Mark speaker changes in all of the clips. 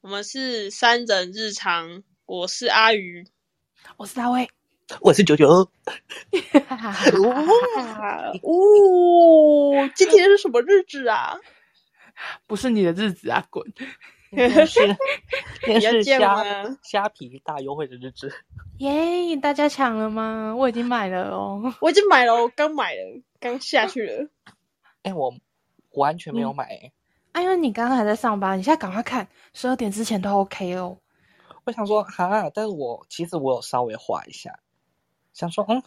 Speaker 1: 我们是三人日常，我是阿鱼。
Speaker 2: 我是大卫。
Speaker 3: 我是 九九，
Speaker 2: 啊
Speaker 1: 哇哦，今天是什么日子啊？
Speaker 2: 不是你的日子啊，滚！
Speaker 3: 电 视电
Speaker 1: 要
Speaker 3: 视
Speaker 1: 这样
Speaker 3: 虾
Speaker 1: 吗
Speaker 3: 虾皮大优惠的日子，
Speaker 2: 耶、大家抢了吗？我已经买了哦。
Speaker 1: 我已经买了，我刚买了，刚下去了。
Speaker 3: 哎、我完全没有
Speaker 2: 嗯
Speaker 3: 买、欸
Speaker 2: 哎呦，你刚刚还在上班，你现在赶快看，十二点之前都 OK 哦。
Speaker 3: 我想说哈，但是我其实我有稍微划一下，想说嗯，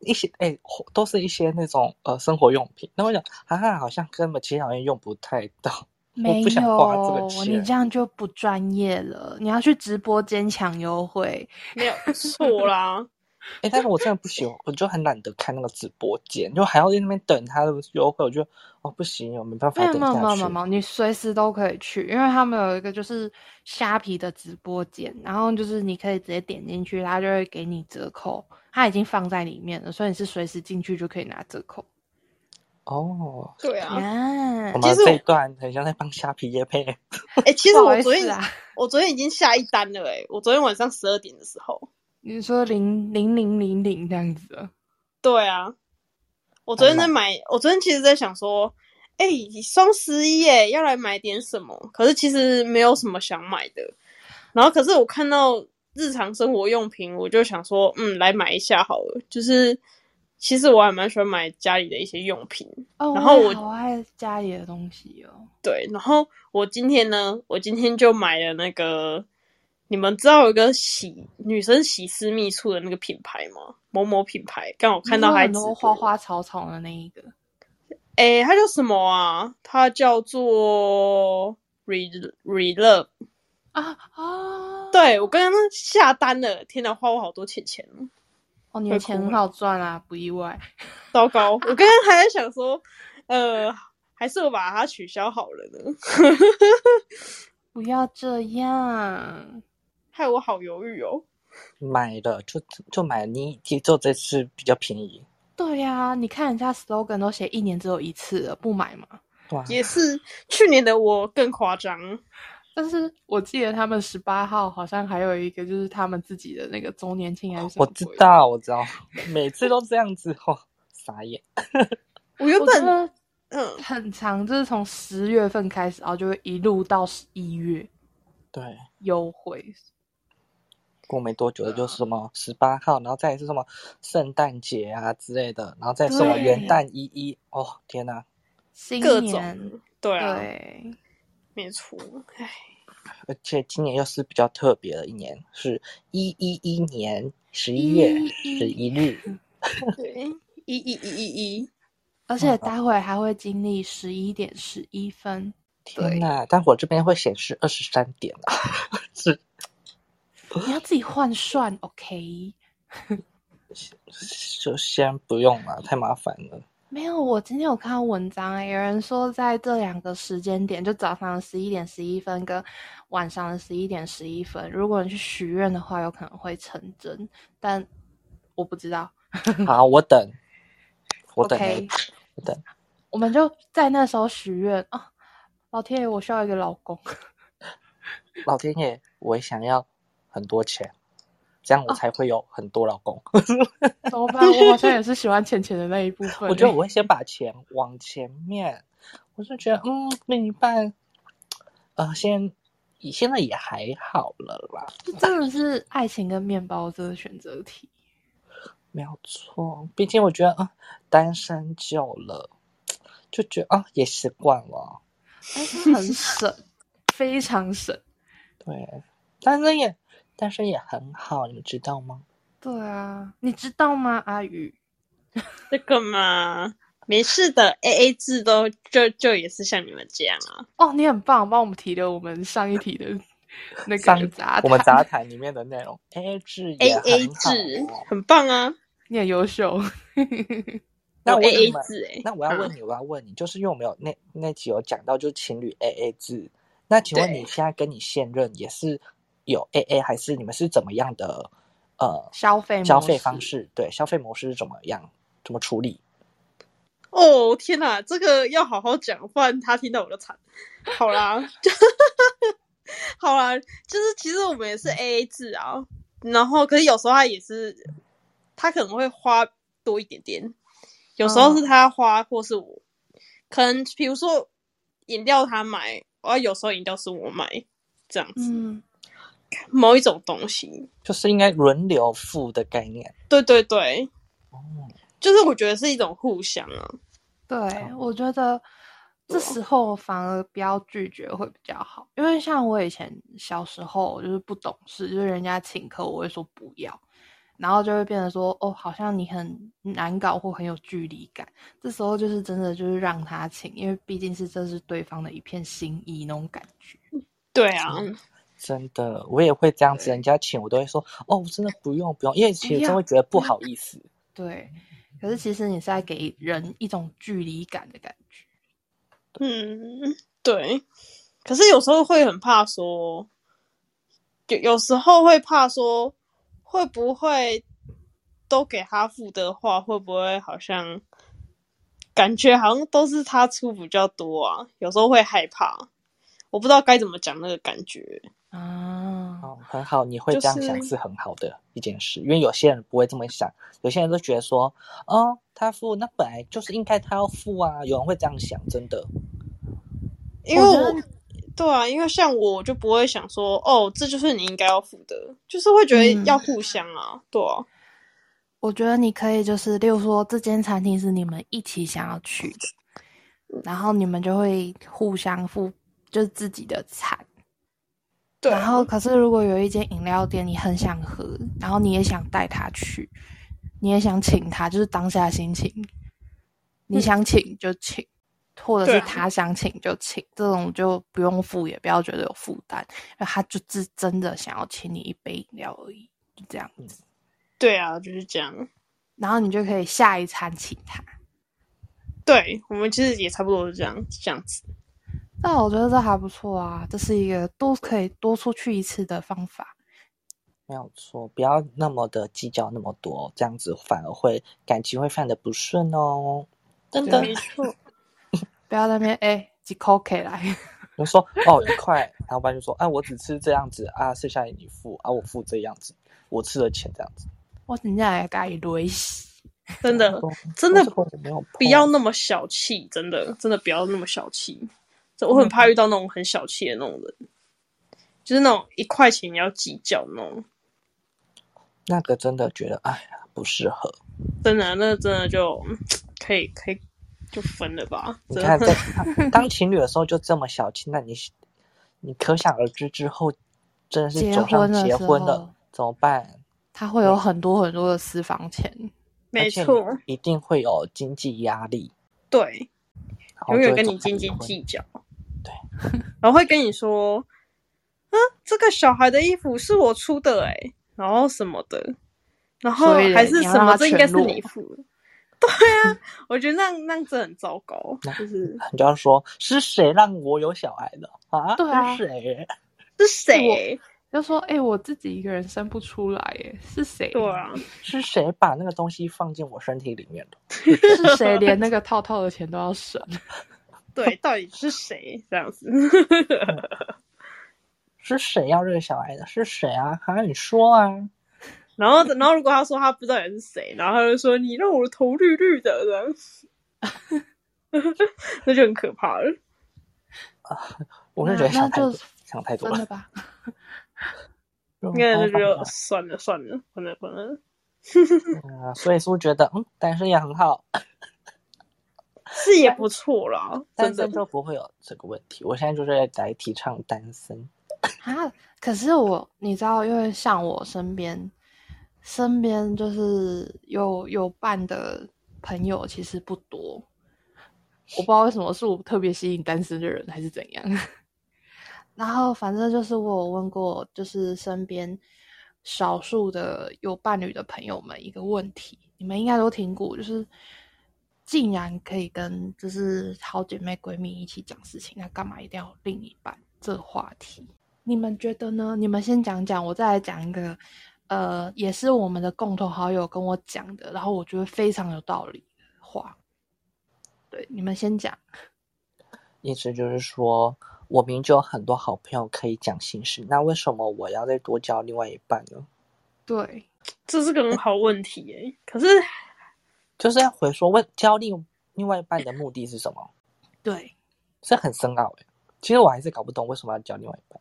Speaker 3: 一些哎、都是一些那种呃生活用品，那我想哈，好像根本其实好像用不太到，
Speaker 2: 没
Speaker 3: 我不想花这个
Speaker 2: 有，
Speaker 3: 钱
Speaker 2: 你这样就不专业了。你要去直播间抢优惠，
Speaker 1: 没有错啦，
Speaker 3: 哎、但是我真的不 喜欢，我就很懒得看那个直播间，就还要在那边等他的优惠，我就哦不行，我没办法
Speaker 2: 没有
Speaker 3: 等
Speaker 2: 没有没
Speaker 3: 下
Speaker 2: 有
Speaker 3: 去
Speaker 2: 没有没。有，你随时都可以去，因为他们有一个就是虾皮的直播间，然后就是你可以直接点进去，他就会给你折扣，他已经放在里面了，所以你是随时进去就可以拿折扣。
Speaker 3: 哦，
Speaker 1: 对 啊。
Speaker 2: 啊
Speaker 3: 我
Speaker 1: 其
Speaker 3: 们
Speaker 1: 实
Speaker 3: 这
Speaker 1: 我
Speaker 3: 一段很像在帮虾皮业配。
Speaker 1: 哎、其实
Speaker 2: 不好
Speaker 1: 我
Speaker 2: 意
Speaker 1: 昨天、
Speaker 2: 思啊，
Speaker 1: 我昨天已经下一单了、欸，哎，我昨天晚上十二点的时候。
Speaker 2: 你说零零零零零这样子啊，
Speaker 1: 对啊，我昨天在买，我昨天其实在想说，哎、双十一耶，要来买点什么？可是其实没有什么想买的。然后可是我看到日常生活用品，我就想说，嗯，来买一下好了。就是其实我还蛮喜欢买家里的一些用品，
Speaker 2: 哦，
Speaker 1: 然后
Speaker 2: 也
Speaker 1: 我
Speaker 2: 好爱家里的东西哦，
Speaker 1: 对，然后我今天呢，我今天就买了那个，你们知道有一个洗女生洗私密处的那个品牌吗？某某品牌，刚好看到
Speaker 2: 你说
Speaker 1: 还
Speaker 2: 很
Speaker 1: 直
Speaker 2: 多
Speaker 1: 播
Speaker 2: 花，花草草的那一个，
Speaker 1: 诶，它叫什么啊？它叫做 Re Relove。
Speaker 2: 啊啊，，
Speaker 1: 对我刚刚下单了，天哪，花我好多钱钱哦
Speaker 2: 哦，你的
Speaker 1: 会哭
Speaker 2: 钱很
Speaker 1: 欸
Speaker 2: 好赚啊，不意外。
Speaker 1: 糟糕！我刚刚还在想说，呃，还是我把它取消好了呢，
Speaker 2: 不要这样，
Speaker 1: 害我好犹豫哦。
Speaker 3: 买了就就买你就这次比较便宜，
Speaker 2: 对呀、你看人家 slogan 都写一年只有一次了，不买嘛。
Speaker 3: 哇！
Speaker 1: 也是去年的我更夸张。
Speaker 2: 但是我记得他们十八号好像还有一个，就是他们自己的那个周年庆还是什
Speaker 3: 我
Speaker 2: 么
Speaker 3: 知
Speaker 2: 鬼的。
Speaker 3: 道，我知道，每次都这样子哦，傻眼。
Speaker 1: 我原
Speaker 2: 我觉
Speaker 1: 本
Speaker 2: 得
Speaker 1: 嗯，
Speaker 2: 很长，就是从十月份开始，然后就会一路到十一月
Speaker 3: 对，
Speaker 2: 优惠，
Speaker 3: 过没多久就是什么十八号，然后再来是什么圣诞节啊之类的，然后再什么
Speaker 2: 对
Speaker 3: 元旦一一，哦天哪、
Speaker 2: 新
Speaker 1: 各
Speaker 2: 年
Speaker 1: 种对啊，
Speaker 2: 对，
Speaker 1: 没错。唉，
Speaker 3: 而且今年又是比较特别的一年，是一一一年十一月十一日。
Speaker 1: 对，一一一一一，
Speaker 2: 而且待会还会经历十一点十一分，
Speaker 3: 天哪！但我这边会显示二十三点啊，是
Speaker 2: 你要自己换算，OK？
Speaker 3: 就先不用了，太麻烦了。
Speaker 2: 没有，我今天有看到文章、欸，有人说在这两个时间点，就早上十一点十一分跟晚上的十一点十一分，如果你去许愿的话，有可能会成真，但我不知道。
Speaker 3: 好，我等，我等
Speaker 2: OK
Speaker 3: 你，我等。
Speaker 2: 我们就在那时候许愿啊！老天爷，我需要一个老公。
Speaker 3: 老天爷，我也想要很多钱，这样我才会有很多老公。
Speaker 2: 怎么办？我好像也是喜欢钱钱的那一部分欸、
Speaker 3: 我觉得我会先把钱往前面，我是觉得嗯，另一半，呃，先以现在也还好了啦，
Speaker 2: 这真的是爱情跟面包这个选择题。
Speaker 3: 没有错。毕竟我觉得啊、单身久了，就觉得啊、也习惯了，
Speaker 2: 但是哎很省，非常省。
Speaker 3: 对，单身也单身也很好，你们知道吗？
Speaker 2: 对啊，你知道吗，阿宇？
Speaker 1: 这个嘛，没事的，A A 制都就就也是像你们这样啊。
Speaker 2: 哦，你很棒，帮我们提了我们上一题的 那
Speaker 3: 上
Speaker 2: 个杂
Speaker 3: 我们
Speaker 2: 谈
Speaker 3: 杂谈里面的内容，A A 制也
Speaker 1: A
Speaker 3: 很
Speaker 1: A
Speaker 3: 好
Speaker 1: 制
Speaker 3: 哦
Speaker 1: 很棒啊，
Speaker 2: 你很优秀。
Speaker 3: 那我
Speaker 1: A
Speaker 3: 问
Speaker 1: A
Speaker 3: 你们，
Speaker 1: 制哎，
Speaker 3: 那我要问你，我要问你，就是因为我们有那那集有讲到，就是情侣 A A 制。那请问
Speaker 1: 对
Speaker 3: 你现在跟你现任也是有 A A，还是你们是怎么样的？呃，
Speaker 2: 消费模
Speaker 3: 消费方
Speaker 2: 式，
Speaker 3: 式，对，消费模式是怎么样？怎么处理？
Speaker 1: 哦天哪，这个要好好讲，不然他听到我就惨。好啦， 就好啦，就是其实我们也是 A A 制啊，然后可是有时候他也是，他可能会花多一点点，有时候
Speaker 3: 嗯
Speaker 1: 是他花，或是我，可能比如说饮料他买，而有时候饮料是我买，这样子、
Speaker 2: 嗯，
Speaker 1: 某一种东西，
Speaker 3: 就是应该轮流付的概念。
Speaker 1: 对对对，
Speaker 3: 哦，
Speaker 1: 就是我觉得是一种互相啊。
Speaker 2: 对，我觉得这时候反而不要拒绝会比较好，因为像我以前小时候就是不懂事，就是人家请客我会说不要，然后就会变得说哦，好像你很难搞或很有距离感。这时候就是真的就是让他请，因为毕竟是这是对方的一片心意那种感觉。
Speaker 1: 对啊，
Speaker 3: 真的，我也会这样子，人家请我都会说，哦，真的不用不用，因为其实真的会觉得不好意思。
Speaker 2: 对，可是其实你是在给人一种距离感的感觉。
Speaker 1: 嗯，对。可是有时候会很怕说，有有时候会怕说，会不会都给他付的话，会不会好像感觉好像都是他出比较多啊？有时候会害怕，我不知道该怎么讲那个感觉。
Speaker 2: 啊，
Speaker 3: 哦，很好，你会
Speaker 1: 就
Speaker 3: 这样想
Speaker 1: 是
Speaker 3: 是很好的一件事，因为有些人不会这么想，有些人都觉得说，哦，他付，那本来就是应该他要付啊，有人会这样想，真的。
Speaker 1: 因为
Speaker 2: 我觉得
Speaker 1: 我对啊，因为像我我就不会想说，哦，这就是你应该要付的，就是会觉得
Speaker 2: 嗯
Speaker 1: 要互相啊，对啊，
Speaker 2: 我觉得你可以就是，例如说，这间餐厅是你们一起想要去的，
Speaker 1: 嗯
Speaker 2: 然后你们就会互相付，就是自己的餐。
Speaker 1: 对啊
Speaker 2: 然后，可是如果有一间饮料店你很想喝，然后你也想带他去，你也想请他，就是当下心情，你
Speaker 1: 嗯
Speaker 2: 想请就请，或者
Speaker 1: 对
Speaker 2: 是
Speaker 1: 啊
Speaker 2: 他想请就请，这种就不用付，也不要觉得有负担，因为他就是真的想要请你一杯饮料而已，就这样子。
Speaker 1: 对啊，就是这样。
Speaker 2: 然后你就可以下一餐请他。
Speaker 1: 对，我们其实也差不多是这样这样子。
Speaker 2: 但我觉得这还不错啊，这是一个多可以多出去一次的方法。
Speaker 3: 没有错，不要那么的计较那么多，这样子反而会感情会犯的不顺哦。真的，
Speaker 1: 没错，
Speaker 2: 不要在那边哎几口 K 来，
Speaker 3: 我说哦一块，老板就说，哎、我只吃这样子啊，剩下你付啊，我付这样子，我吃的钱这样子。哦
Speaker 2: 我等下来给你累死。
Speaker 1: 真 的
Speaker 3: 我
Speaker 1: 真的
Speaker 3: 我这个我没有
Speaker 1: 不
Speaker 3: 碰
Speaker 1: 要那么小气，真的真的不要那么小气。这我很怕遇到那种很小气的那种人，就是那种一块钱也要计较那种。
Speaker 3: 那个，真的觉得哎呀不适合。
Speaker 1: 真的，那真的就嗯可以可以就分了吧。
Speaker 3: 你
Speaker 1: 真
Speaker 3: 看，
Speaker 1: 的
Speaker 3: 在当情侣的时候就这么小气，那你你可想而知之后真的是
Speaker 2: 结
Speaker 3: 走上
Speaker 2: 婚的
Speaker 3: 结
Speaker 2: 时
Speaker 3: 婚
Speaker 2: 候
Speaker 3: 了怎么办？
Speaker 2: 他会有很多很多的私房钱，
Speaker 1: 没
Speaker 3: 而且
Speaker 1: 错，
Speaker 3: 一定会有经济压力，
Speaker 1: 对，
Speaker 3: 然后
Speaker 1: 永
Speaker 3: 就
Speaker 1: 远
Speaker 3: 会
Speaker 1: 跟
Speaker 3: 走
Speaker 1: 你
Speaker 3: 上
Speaker 1: 斤斤
Speaker 3: 结婚
Speaker 1: 计较。
Speaker 3: 对，
Speaker 1: 然后会跟你说，啊，这个小孩的衣服是我出的哎、然后什么的，然后
Speaker 2: 所以
Speaker 1: 还是
Speaker 2: 你要
Speaker 1: 什
Speaker 2: 让
Speaker 1: 么，
Speaker 2: 他
Speaker 1: 这应该
Speaker 2: 全
Speaker 1: 是
Speaker 2: 裸
Speaker 1: 你付的。对啊，我觉得那样那样真的很糟糕，就是
Speaker 3: 你就要说是谁让我有小孩的啊？
Speaker 2: 对啊
Speaker 3: 是谁？
Speaker 1: 是谁？
Speaker 2: 就说哎、我自己一个人生不出来，哎，是谁？
Speaker 1: 对啊，
Speaker 3: 是谁把那个东西放进我身体里面的？
Speaker 2: 是谁连那个套套的钱都要省？
Speaker 1: 对，到底是谁这样子？
Speaker 3: 是谁要这个小孩的？是谁啊？啊，你说啊？
Speaker 1: 然后，然后如果他说他不知道你是谁，然后他就说你让我的头绿绿的，这样子， 那就很可怕了。
Speaker 3: 我是觉
Speaker 2: 啊那
Speaker 3: 得想
Speaker 2: 那
Speaker 3: 太
Speaker 2: 就
Speaker 3: 多，想太多
Speaker 2: 真
Speaker 3: 了嗯
Speaker 2: 的。吧？
Speaker 3: 应
Speaker 1: 应该就觉
Speaker 2: 哦
Speaker 1: 得算了算了，反正反正
Speaker 3: 啊，所以是不是觉得嗯，单身也很好，
Speaker 1: 是也不错啦，
Speaker 3: 单
Speaker 1: 真的
Speaker 3: 身。就不会有这个问题。我现在就是来提倡单身，
Speaker 2: 啊，可是我你知道，因为像我身边，身边就是有有伴的朋友其实不多，我不知道为什么是我特别吸引单身的人，还是怎样。 然后反正就是我有问过，就是身边少数的有伴侣的朋友们一个问题，你们应该都听过，就是竟然可以跟就是好姐妹闺蜜一起讲事情，那干嘛一定要另一半这话题？你们觉得呢？你们先讲讲，我再来讲一个，呃，也是我们的共同好友跟我讲的，然后我觉得非常有道理的话。对，你们先讲。
Speaker 3: 意思就是说，我明明就有很多好朋友可以讲心事，那为什么我要再多交另外一半呢？
Speaker 2: 对，
Speaker 1: 这是个很好问题耶、可是
Speaker 3: 就是要回说问交另另外一半的目的是什么？
Speaker 2: 对，
Speaker 3: 这很深奥诶、其实我还是搞不懂为什么要交另外一半。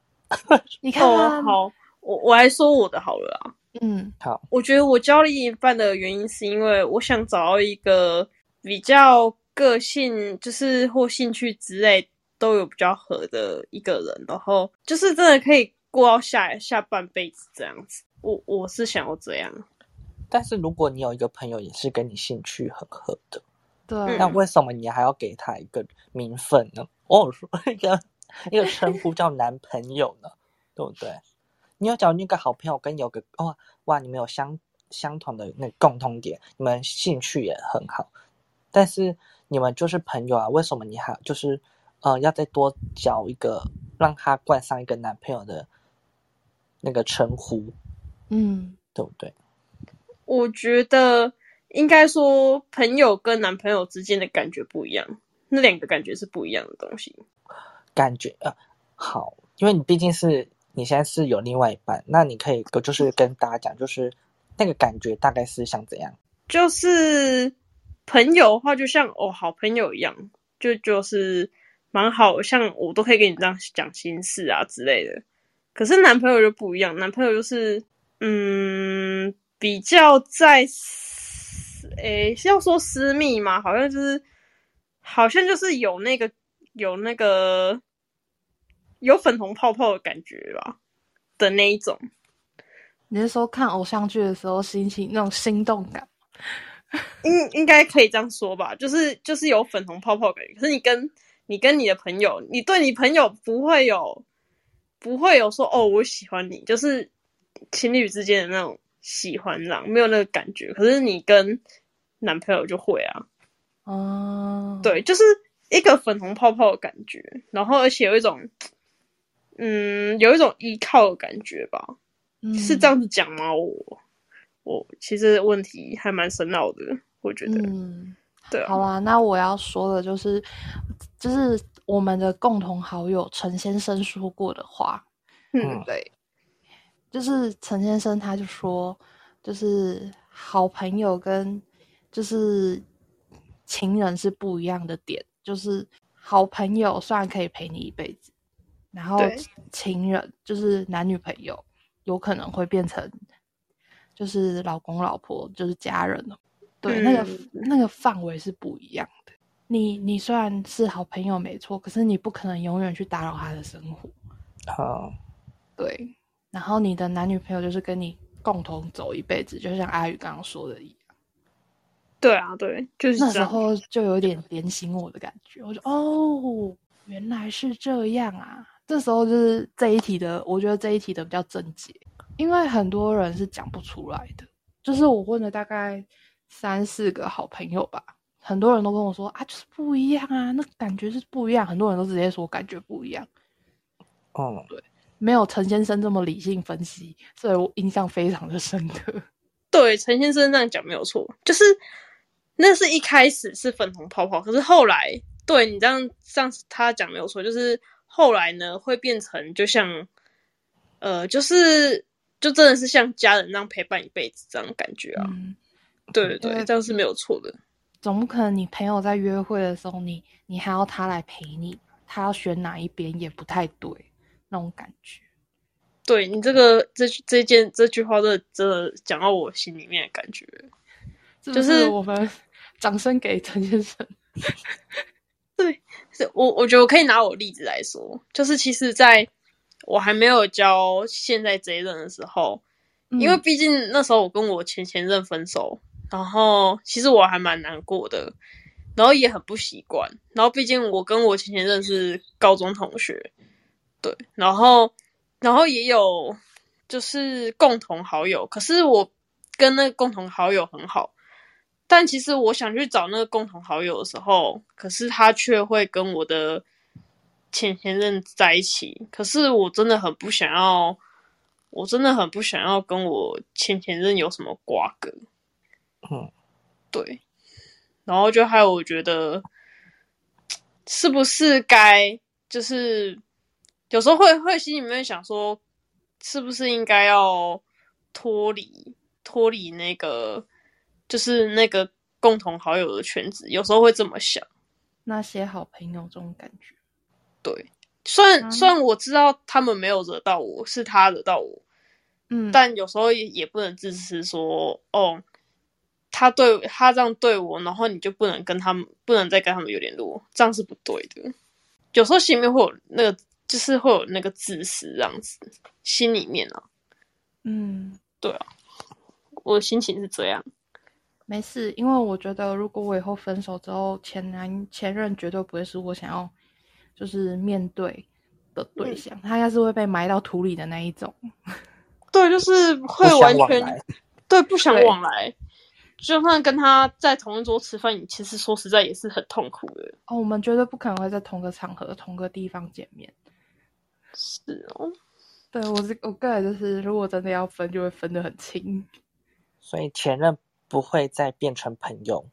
Speaker 2: 你看啊
Speaker 1: 哦，
Speaker 2: 看，
Speaker 1: 好，我我来说我的好了啦。
Speaker 2: 嗯，
Speaker 3: 好，
Speaker 1: 我觉得我交另一半的原因是因为我想找到一个比较个性，就是或兴趣之类都有比较合的一个人，然后就是真的可以过到下下半辈子这样子。我我是想要这样，
Speaker 3: 但是如果你有一个朋友也是跟你兴趣很合的，
Speaker 2: 对，
Speaker 1: 嗯
Speaker 3: 那为什么你还要给他一个名分呢？哦，说 一个一个称呼叫男朋友呢，对不对？你有找那个好朋友，跟有个哇哇，你们有相相同的那个共同点，你们兴趣也很好，但是你们就是朋友啊，为什么你还就是呃要再多找一个让他冠上一个男朋友的那个称呼，
Speaker 2: 嗯，
Speaker 3: 对不对？
Speaker 1: 我觉得应该说朋友跟男朋友之间的感觉不一样，那两个感觉是不一样的东西。
Speaker 3: 感觉呃好，因为你毕竟是你现在是有另外一半，那你可以就是跟大家讲，就是那个感觉大概是想怎样？
Speaker 1: 就是朋友的话，就像哦好朋友一样，就就是蛮好，像我都可以跟你这样讲心事啊之类的。可是男朋友就不一样，男朋友就是嗯比较在私，诶、是要说私密吗？好像就是好像就是有那个有那个有粉红泡泡的感觉吧的那一种。
Speaker 2: 你是说看偶像剧的时候心情那种心动感？
Speaker 1: 应应该可以这样说吧，就是就是有粉红泡泡感觉。可是你跟你跟你的朋友，你对你朋友不会有不会有说哦我喜欢你，就是情侣之间的那种喜欢这样，没有那个感觉。可是你跟男朋友就会啊，
Speaker 2: 哦，，
Speaker 1: 对，就是一个粉红泡泡的感觉，然后而且有一种嗯有一种依靠的感觉吧，
Speaker 2: 嗯
Speaker 1: 是这。样子讲吗？我我其实问题还蛮深奥的，我觉得，
Speaker 2: 嗯，
Speaker 1: 对啊
Speaker 2: 好。啦，那我要说的就是，就是我们的共同好友陈先生说过的话，
Speaker 1: 嗯
Speaker 2: 对，就是陈先生他就说，就是好朋友跟就是情人是不一样的点，就是好朋友虽然可以陪你一辈子，然后
Speaker 1: 对
Speaker 2: 情人就是男女朋友有可能会变成就是老公老婆就是家人了，对，那个
Speaker 1: 嗯
Speaker 2: 那个范围是不一样的。你你虽然是好朋友没错，可是你不可能永远去打扰他的生活。
Speaker 3: 好，
Speaker 2: 对，然后你的男女朋友就是跟你共同走一辈子，就像阿宇刚刚说的一样。
Speaker 1: 对啊，对，就是
Speaker 2: 那
Speaker 1: 这
Speaker 2: 时
Speaker 1: 样。
Speaker 2: 候就有点点醒我的感觉，我就哦，原来是这样啊！这时候就是这一题的，我觉得这一题的比较症结，因为很多人是讲不出来的。就是我问了大概三四个好朋友吧，很多人都跟我说啊，就是不一样啊，那感觉是不一样。很多人都直接说感觉不一样。
Speaker 3: 嗯，
Speaker 2: 没有陈先生这么理性分析，所以我印象非常的深刻。
Speaker 1: 对，陈先生这样讲没有错，就是那是一开始是粉红泡泡，可是后来对你这样上次他讲没有错，就是后来呢会变成就像呃，就是就真的是像家人那样陪伴一辈子这样的感觉啊。
Speaker 2: 嗯，
Speaker 1: 对对
Speaker 2: 因
Speaker 1: 对，
Speaker 2: 为
Speaker 1: 这样是没有错的。
Speaker 2: 总不可能你朋友在约会的时候，你你还要他来陪你，他要选哪一边也不太对，那种感觉。
Speaker 1: 对你这个这这件这句话，真的真的讲到我心里面的感觉。
Speaker 2: 就
Speaker 1: 就是
Speaker 2: 我们 掌声给陈先生。
Speaker 1: 是我我觉得我可以拿我例子来说，就是其实在我还没有交现在这一任的时候，因为
Speaker 2: 嗯
Speaker 1: 毕竟那时候我跟我前前任分手，然后其实我还蛮难过的，然后也很不习惯，然后毕竟我跟我前前任是高中同学，对，然后然后也有就是共同好友，可是我跟那个共同好友很好，但其实我想去找那个共同好友的时候，可是他却会跟我的前前任在一起，可是我真的很不想要，我真的很不想要跟我前前任有什么瓜葛，
Speaker 3: 嗯，
Speaker 1: 对，然后就还有我觉得是不是该就是有时候会会心里面想说，是不是应该要脱离脱离那个就是那个共同好友的圈子，有时候会这么想。
Speaker 2: 那些好朋友这种感觉，
Speaker 1: 对，虽然
Speaker 2: 嗯
Speaker 1: 虽然我知道他们没有惹到我，是他惹到我，
Speaker 2: 嗯，
Speaker 1: 但有时候也也不能自私说，哦，他对他这样对我，然后你就不能跟他们，不能再跟他们有联络，这样是不对的。有时候心里面会有那个，就是会有那个自私这样子，心里面啊，
Speaker 2: 嗯，
Speaker 1: 我的心情是这样。
Speaker 2: 没事，因为我觉得如果我以后分手之后，前男前任绝对不会是我想要就是面对的对
Speaker 1: 嗯
Speaker 2: 象，他应该是会被埋到土里的那一种。
Speaker 1: 对，就是会
Speaker 3: 不
Speaker 1: 完
Speaker 3: 相往
Speaker 1: 全
Speaker 3: 来
Speaker 1: 对不想
Speaker 2: 对
Speaker 1: 往来，就算跟他在同一桌吃饭，你其实说实在也是很痛苦的。
Speaker 2: 哦，我们绝对不可能会在同个场合、同个地方见面。
Speaker 1: 是哦，
Speaker 2: 对我是我个人就是，如果真的要分，就会分得很清。
Speaker 3: 所以前任不会再变成朋友。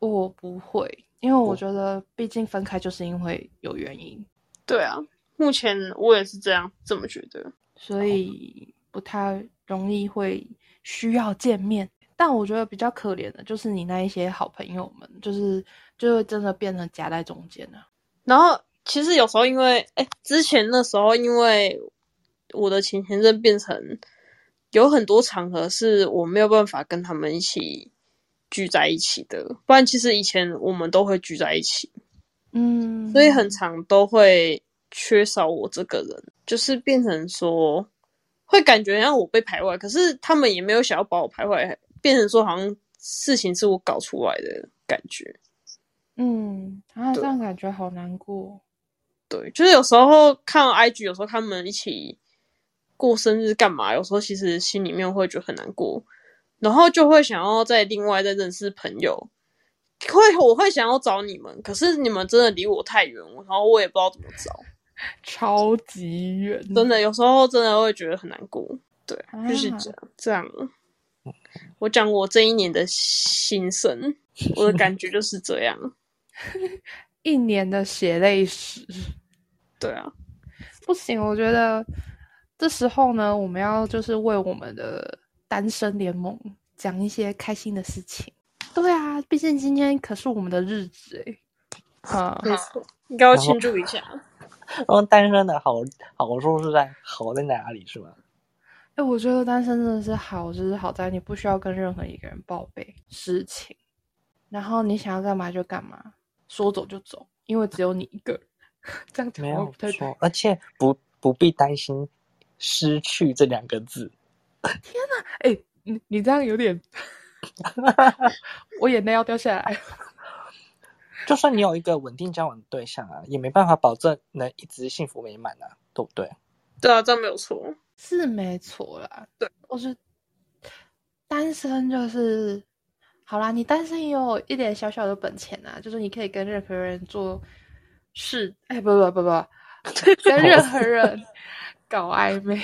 Speaker 2: 我不会，因为我
Speaker 3: 不
Speaker 2: 觉得，毕竟分开就是因为有原因，
Speaker 1: 对啊，目前我也是这样这么觉得。
Speaker 2: 所以不太容易会需要见面。但我觉得比较可怜的就是你那一些好朋友们，就是就会真的变成夹在中间了、
Speaker 1: 然后其实有时候因为，哎、之前那时候因为我的前前任变成有很多场合是我没有办法跟他们一起聚在一起的，不然其实以前我们都会聚在一起，
Speaker 2: 嗯，
Speaker 1: 所以很常都会缺少我这个人，就是变成说会感觉让我被排外，可是他们也没有想要把我排外，变成说好像事情是我搞出来的感觉。
Speaker 2: 嗯，啊，这
Speaker 1: 对
Speaker 2: 样感觉好难过。哦
Speaker 1: 对，就是有时候看 IG，有时候他们一起过生日干嘛，有时候其实心里面会觉得很难过，然后就会想要再另外再认识朋友，会我会想要找你们，可是你们真的离我太远，然后我也不知道怎么找，
Speaker 2: 超级远，
Speaker 1: 真的有时候真的会觉得很难过，对，
Speaker 2: 嗯啊
Speaker 1: 就是这样、这样。我讲我这一年的心声，我的感觉就是这样，
Speaker 2: 一年的血泪史。
Speaker 1: 对啊，
Speaker 2: 不行，我觉得这时候呢，我们要就是为我们的单身联盟讲一些开心的事情。对啊，毕竟今天可是我们的日子欸诶。啊、
Speaker 1: 没错，应该要庆祝一下。
Speaker 3: 然后单身的好好处是在好在哪里是吧？
Speaker 2: 哎、我觉得单身真的是好，就是好在你不需要跟任何一个人报备事情，然后你想要干嘛就干嘛，说走就走，因为只有你一个人。这样讲
Speaker 3: 没
Speaker 2: 好像
Speaker 3: 有
Speaker 2: 不太哦对
Speaker 3: 错，。而且不不必担心失去这两个字。
Speaker 2: 哎、你你这样有 点，我眼泪要掉下来。
Speaker 3: 就算你有一个稳定交往的对象啊，也没办法保证能一直幸福美满啊，对不对？
Speaker 1: 对啊，这样没有错。
Speaker 2: 是没错啦，
Speaker 1: 对，
Speaker 2: 我是单身就是好啦，你单身也有一点小小的本钱啊，就是你可以跟任何人做事，哎，不不不 不，跟任何人搞暧 昧，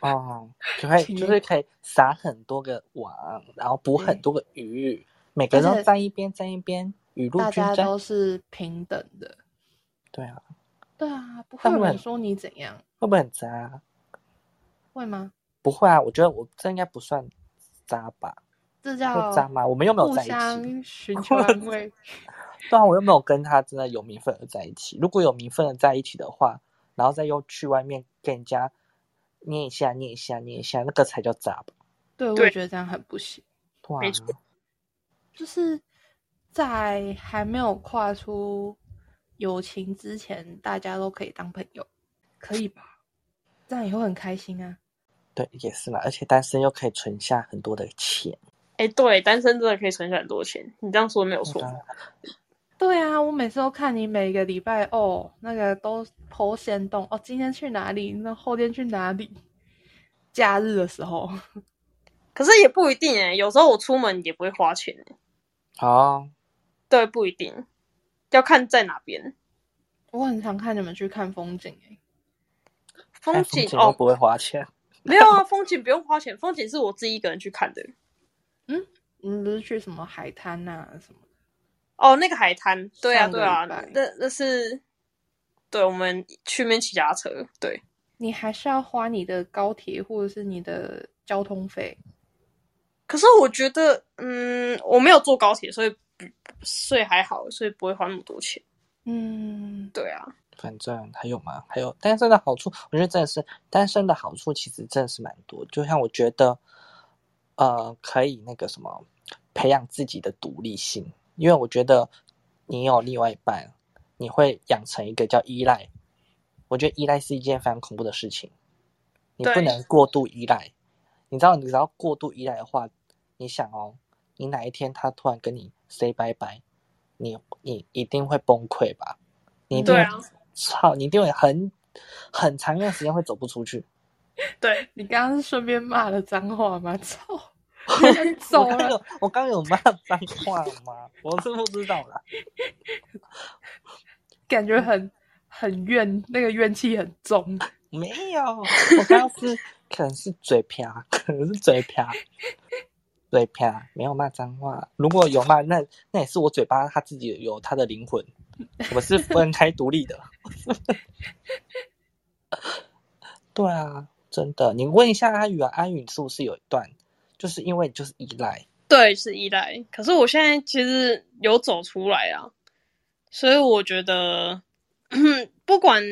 Speaker 3: 哦，就会
Speaker 2: 请
Speaker 3: 就是可以撒很多个网，然后捕很多个鱼，每个人
Speaker 2: 而
Speaker 3: 都
Speaker 2: 且
Speaker 3: 沾一边沾一边，雨露
Speaker 2: 大
Speaker 3: 均
Speaker 2: 家
Speaker 3: 沾。
Speaker 2: 都是平等的，
Speaker 3: 对啊，
Speaker 2: 对啊，不会
Speaker 3: 当
Speaker 2: 有人
Speaker 3: 然
Speaker 2: 说你怎样，
Speaker 3: 会不会很渣啊？
Speaker 2: 会吗？
Speaker 3: 不会啊，我觉得我这应该不算渣吧？
Speaker 2: 这
Speaker 3: 会
Speaker 2: 叫
Speaker 3: 渣吗？我们又没有
Speaker 2: 互
Speaker 3: 在一起。
Speaker 2: 相寻求安慰。
Speaker 3: 对啊，我又没有跟他真的有名分的在一起。如果有名分的在一起的话，然后再又去外面跟人家捏一下、捏一下、捏一下，那个才叫渣吧？
Speaker 2: 对，我
Speaker 1: 对
Speaker 2: 也觉得这样很不行。
Speaker 3: 对啊
Speaker 1: 没错
Speaker 2: 就是在还没有跨出友情之前，大家都可以当朋友，可以吧？这样也会很开心啊。
Speaker 3: 对，也是啦。而且单身又可以存下很多的钱。
Speaker 1: 哎、对，单身真的可以存下很多钱，你这样说没有错
Speaker 3: 对。啊
Speaker 2: 对啊，我每次都看你每个礼拜哦，那个都头先动哦，今天去哪里？那后天去哪里？假日的时候，
Speaker 1: 可是也不一定哎、有时候我出门也不会花钱、欸，
Speaker 3: 好，
Speaker 1: 对，不一定，要看在哪边。
Speaker 2: 我很常看你们去看风景欸诶、
Speaker 1: 风
Speaker 3: 看
Speaker 1: 景
Speaker 3: 又
Speaker 1: 哦，
Speaker 3: 不会花钱，
Speaker 1: 没有啊，风景不用花钱，风景是我自己一个人去看的。
Speaker 2: 你们不是去什么海滩呐、什么的？
Speaker 1: 哦，那个海滩，对啊，
Speaker 2: 上个
Speaker 1: 对啊，
Speaker 2: 礼拜
Speaker 1: 那那是，对，我们去那边骑脚踏车，对，
Speaker 2: 你还是要花你的高铁或者是你的交通费。
Speaker 1: 可是我觉得，嗯，我没有坐高铁，所以不所以还好，所以不会花那么多钱。
Speaker 2: 嗯，
Speaker 1: 对啊，
Speaker 3: 反正还有吗？还有单身的好处，我觉得真的是单身的好处，其实真的是蛮多。就像我觉得，呃，可以那个什么，培养自己的独立性，因为我觉得你有另外一半，你会养成一个叫依赖。我觉得依赖是一件非常恐怖的事情，你不
Speaker 1: 对
Speaker 3: 能过度依赖。你知道，你只要过度依赖的话，你想哦，你哪一天他突然跟你 say 拜拜，你你一定会崩溃吧？你一定
Speaker 1: 对
Speaker 3: 会
Speaker 1: 啊，
Speaker 3: 操，你一定会很很长一段时间会走不出去。
Speaker 1: 对，
Speaker 2: 你刚刚是顺便骂了脏话吗？ 操！我要走
Speaker 3: 我刚
Speaker 2: 了，
Speaker 3: 有我刚有骂脏话吗？我是不知道啦。
Speaker 2: 感觉很很怨，那个怨气很重。
Speaker 3: 没有，我刚刚是可能是嘴瓢，可能是嘴瓢，嘴瓢没有骂脏话。如果有骂，那那也是我嘴巴他自己有他的灵魂，我们是分开独立的。 对啊，真的，你问一下阿宇啊，阿宇是不是有一段就是因为就是依赖？
Speaker 1: 对，是依赖。可是我现在其实有走出来啊，所以我觉得， 不管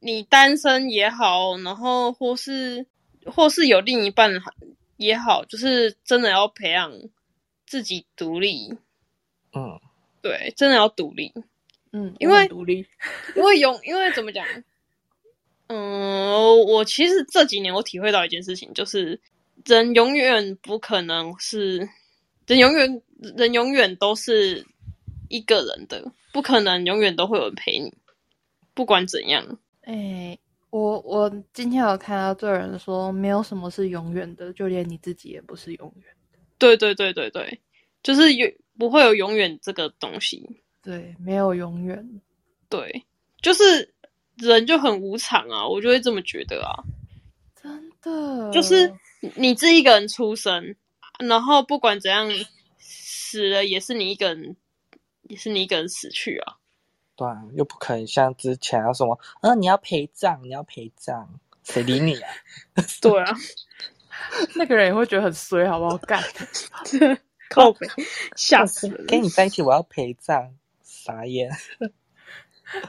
Speaker 1: 你单身也好，然后或是或是有另一半也好，就是真的要培养自己独立。
Speaker 3: 嗯，
Speaker 1: 对，真的要独立，
Speaker 2: 嗯，
Speaker 1: 因为
Speaker 2: 我很独立，
Speaker 1: 因为有，因为怎么讲？嗯，我其实这几年我体会到一件事情，就是人永远不可能是人，永远人永远都是一个人的，不可能永远都会有人陪你，不管怎样。
Speaker 2: 哎、我我今天有看到这人说，没有什么是永远的，就连你自己也不是永远。
Speaker 1: 对对对对对，就是有不会有永远这个东西。
Speaker 2: 对，没有永远。
Speaker 1: 对，就是人就很无常啊，我就会这么觉得啊。
Speaker 2: 真的，
Speaker 1: 就是你你自己一个人出生，然后不管怎样死了也是你一个人，也是你一个人死去啊。
Speaker 3: 对啊，又不可能像之前啊什么，嗯、你要陪葬，你要陪葬，谁理你啊？
Speaker 1: 对啊，
Speaker 2: 那个人也会觉得很衰，好不好？干，
Speaker 1: 靠北，吓死人！
Speaker 3: 跟你在一起，我要陪葬，傻眼。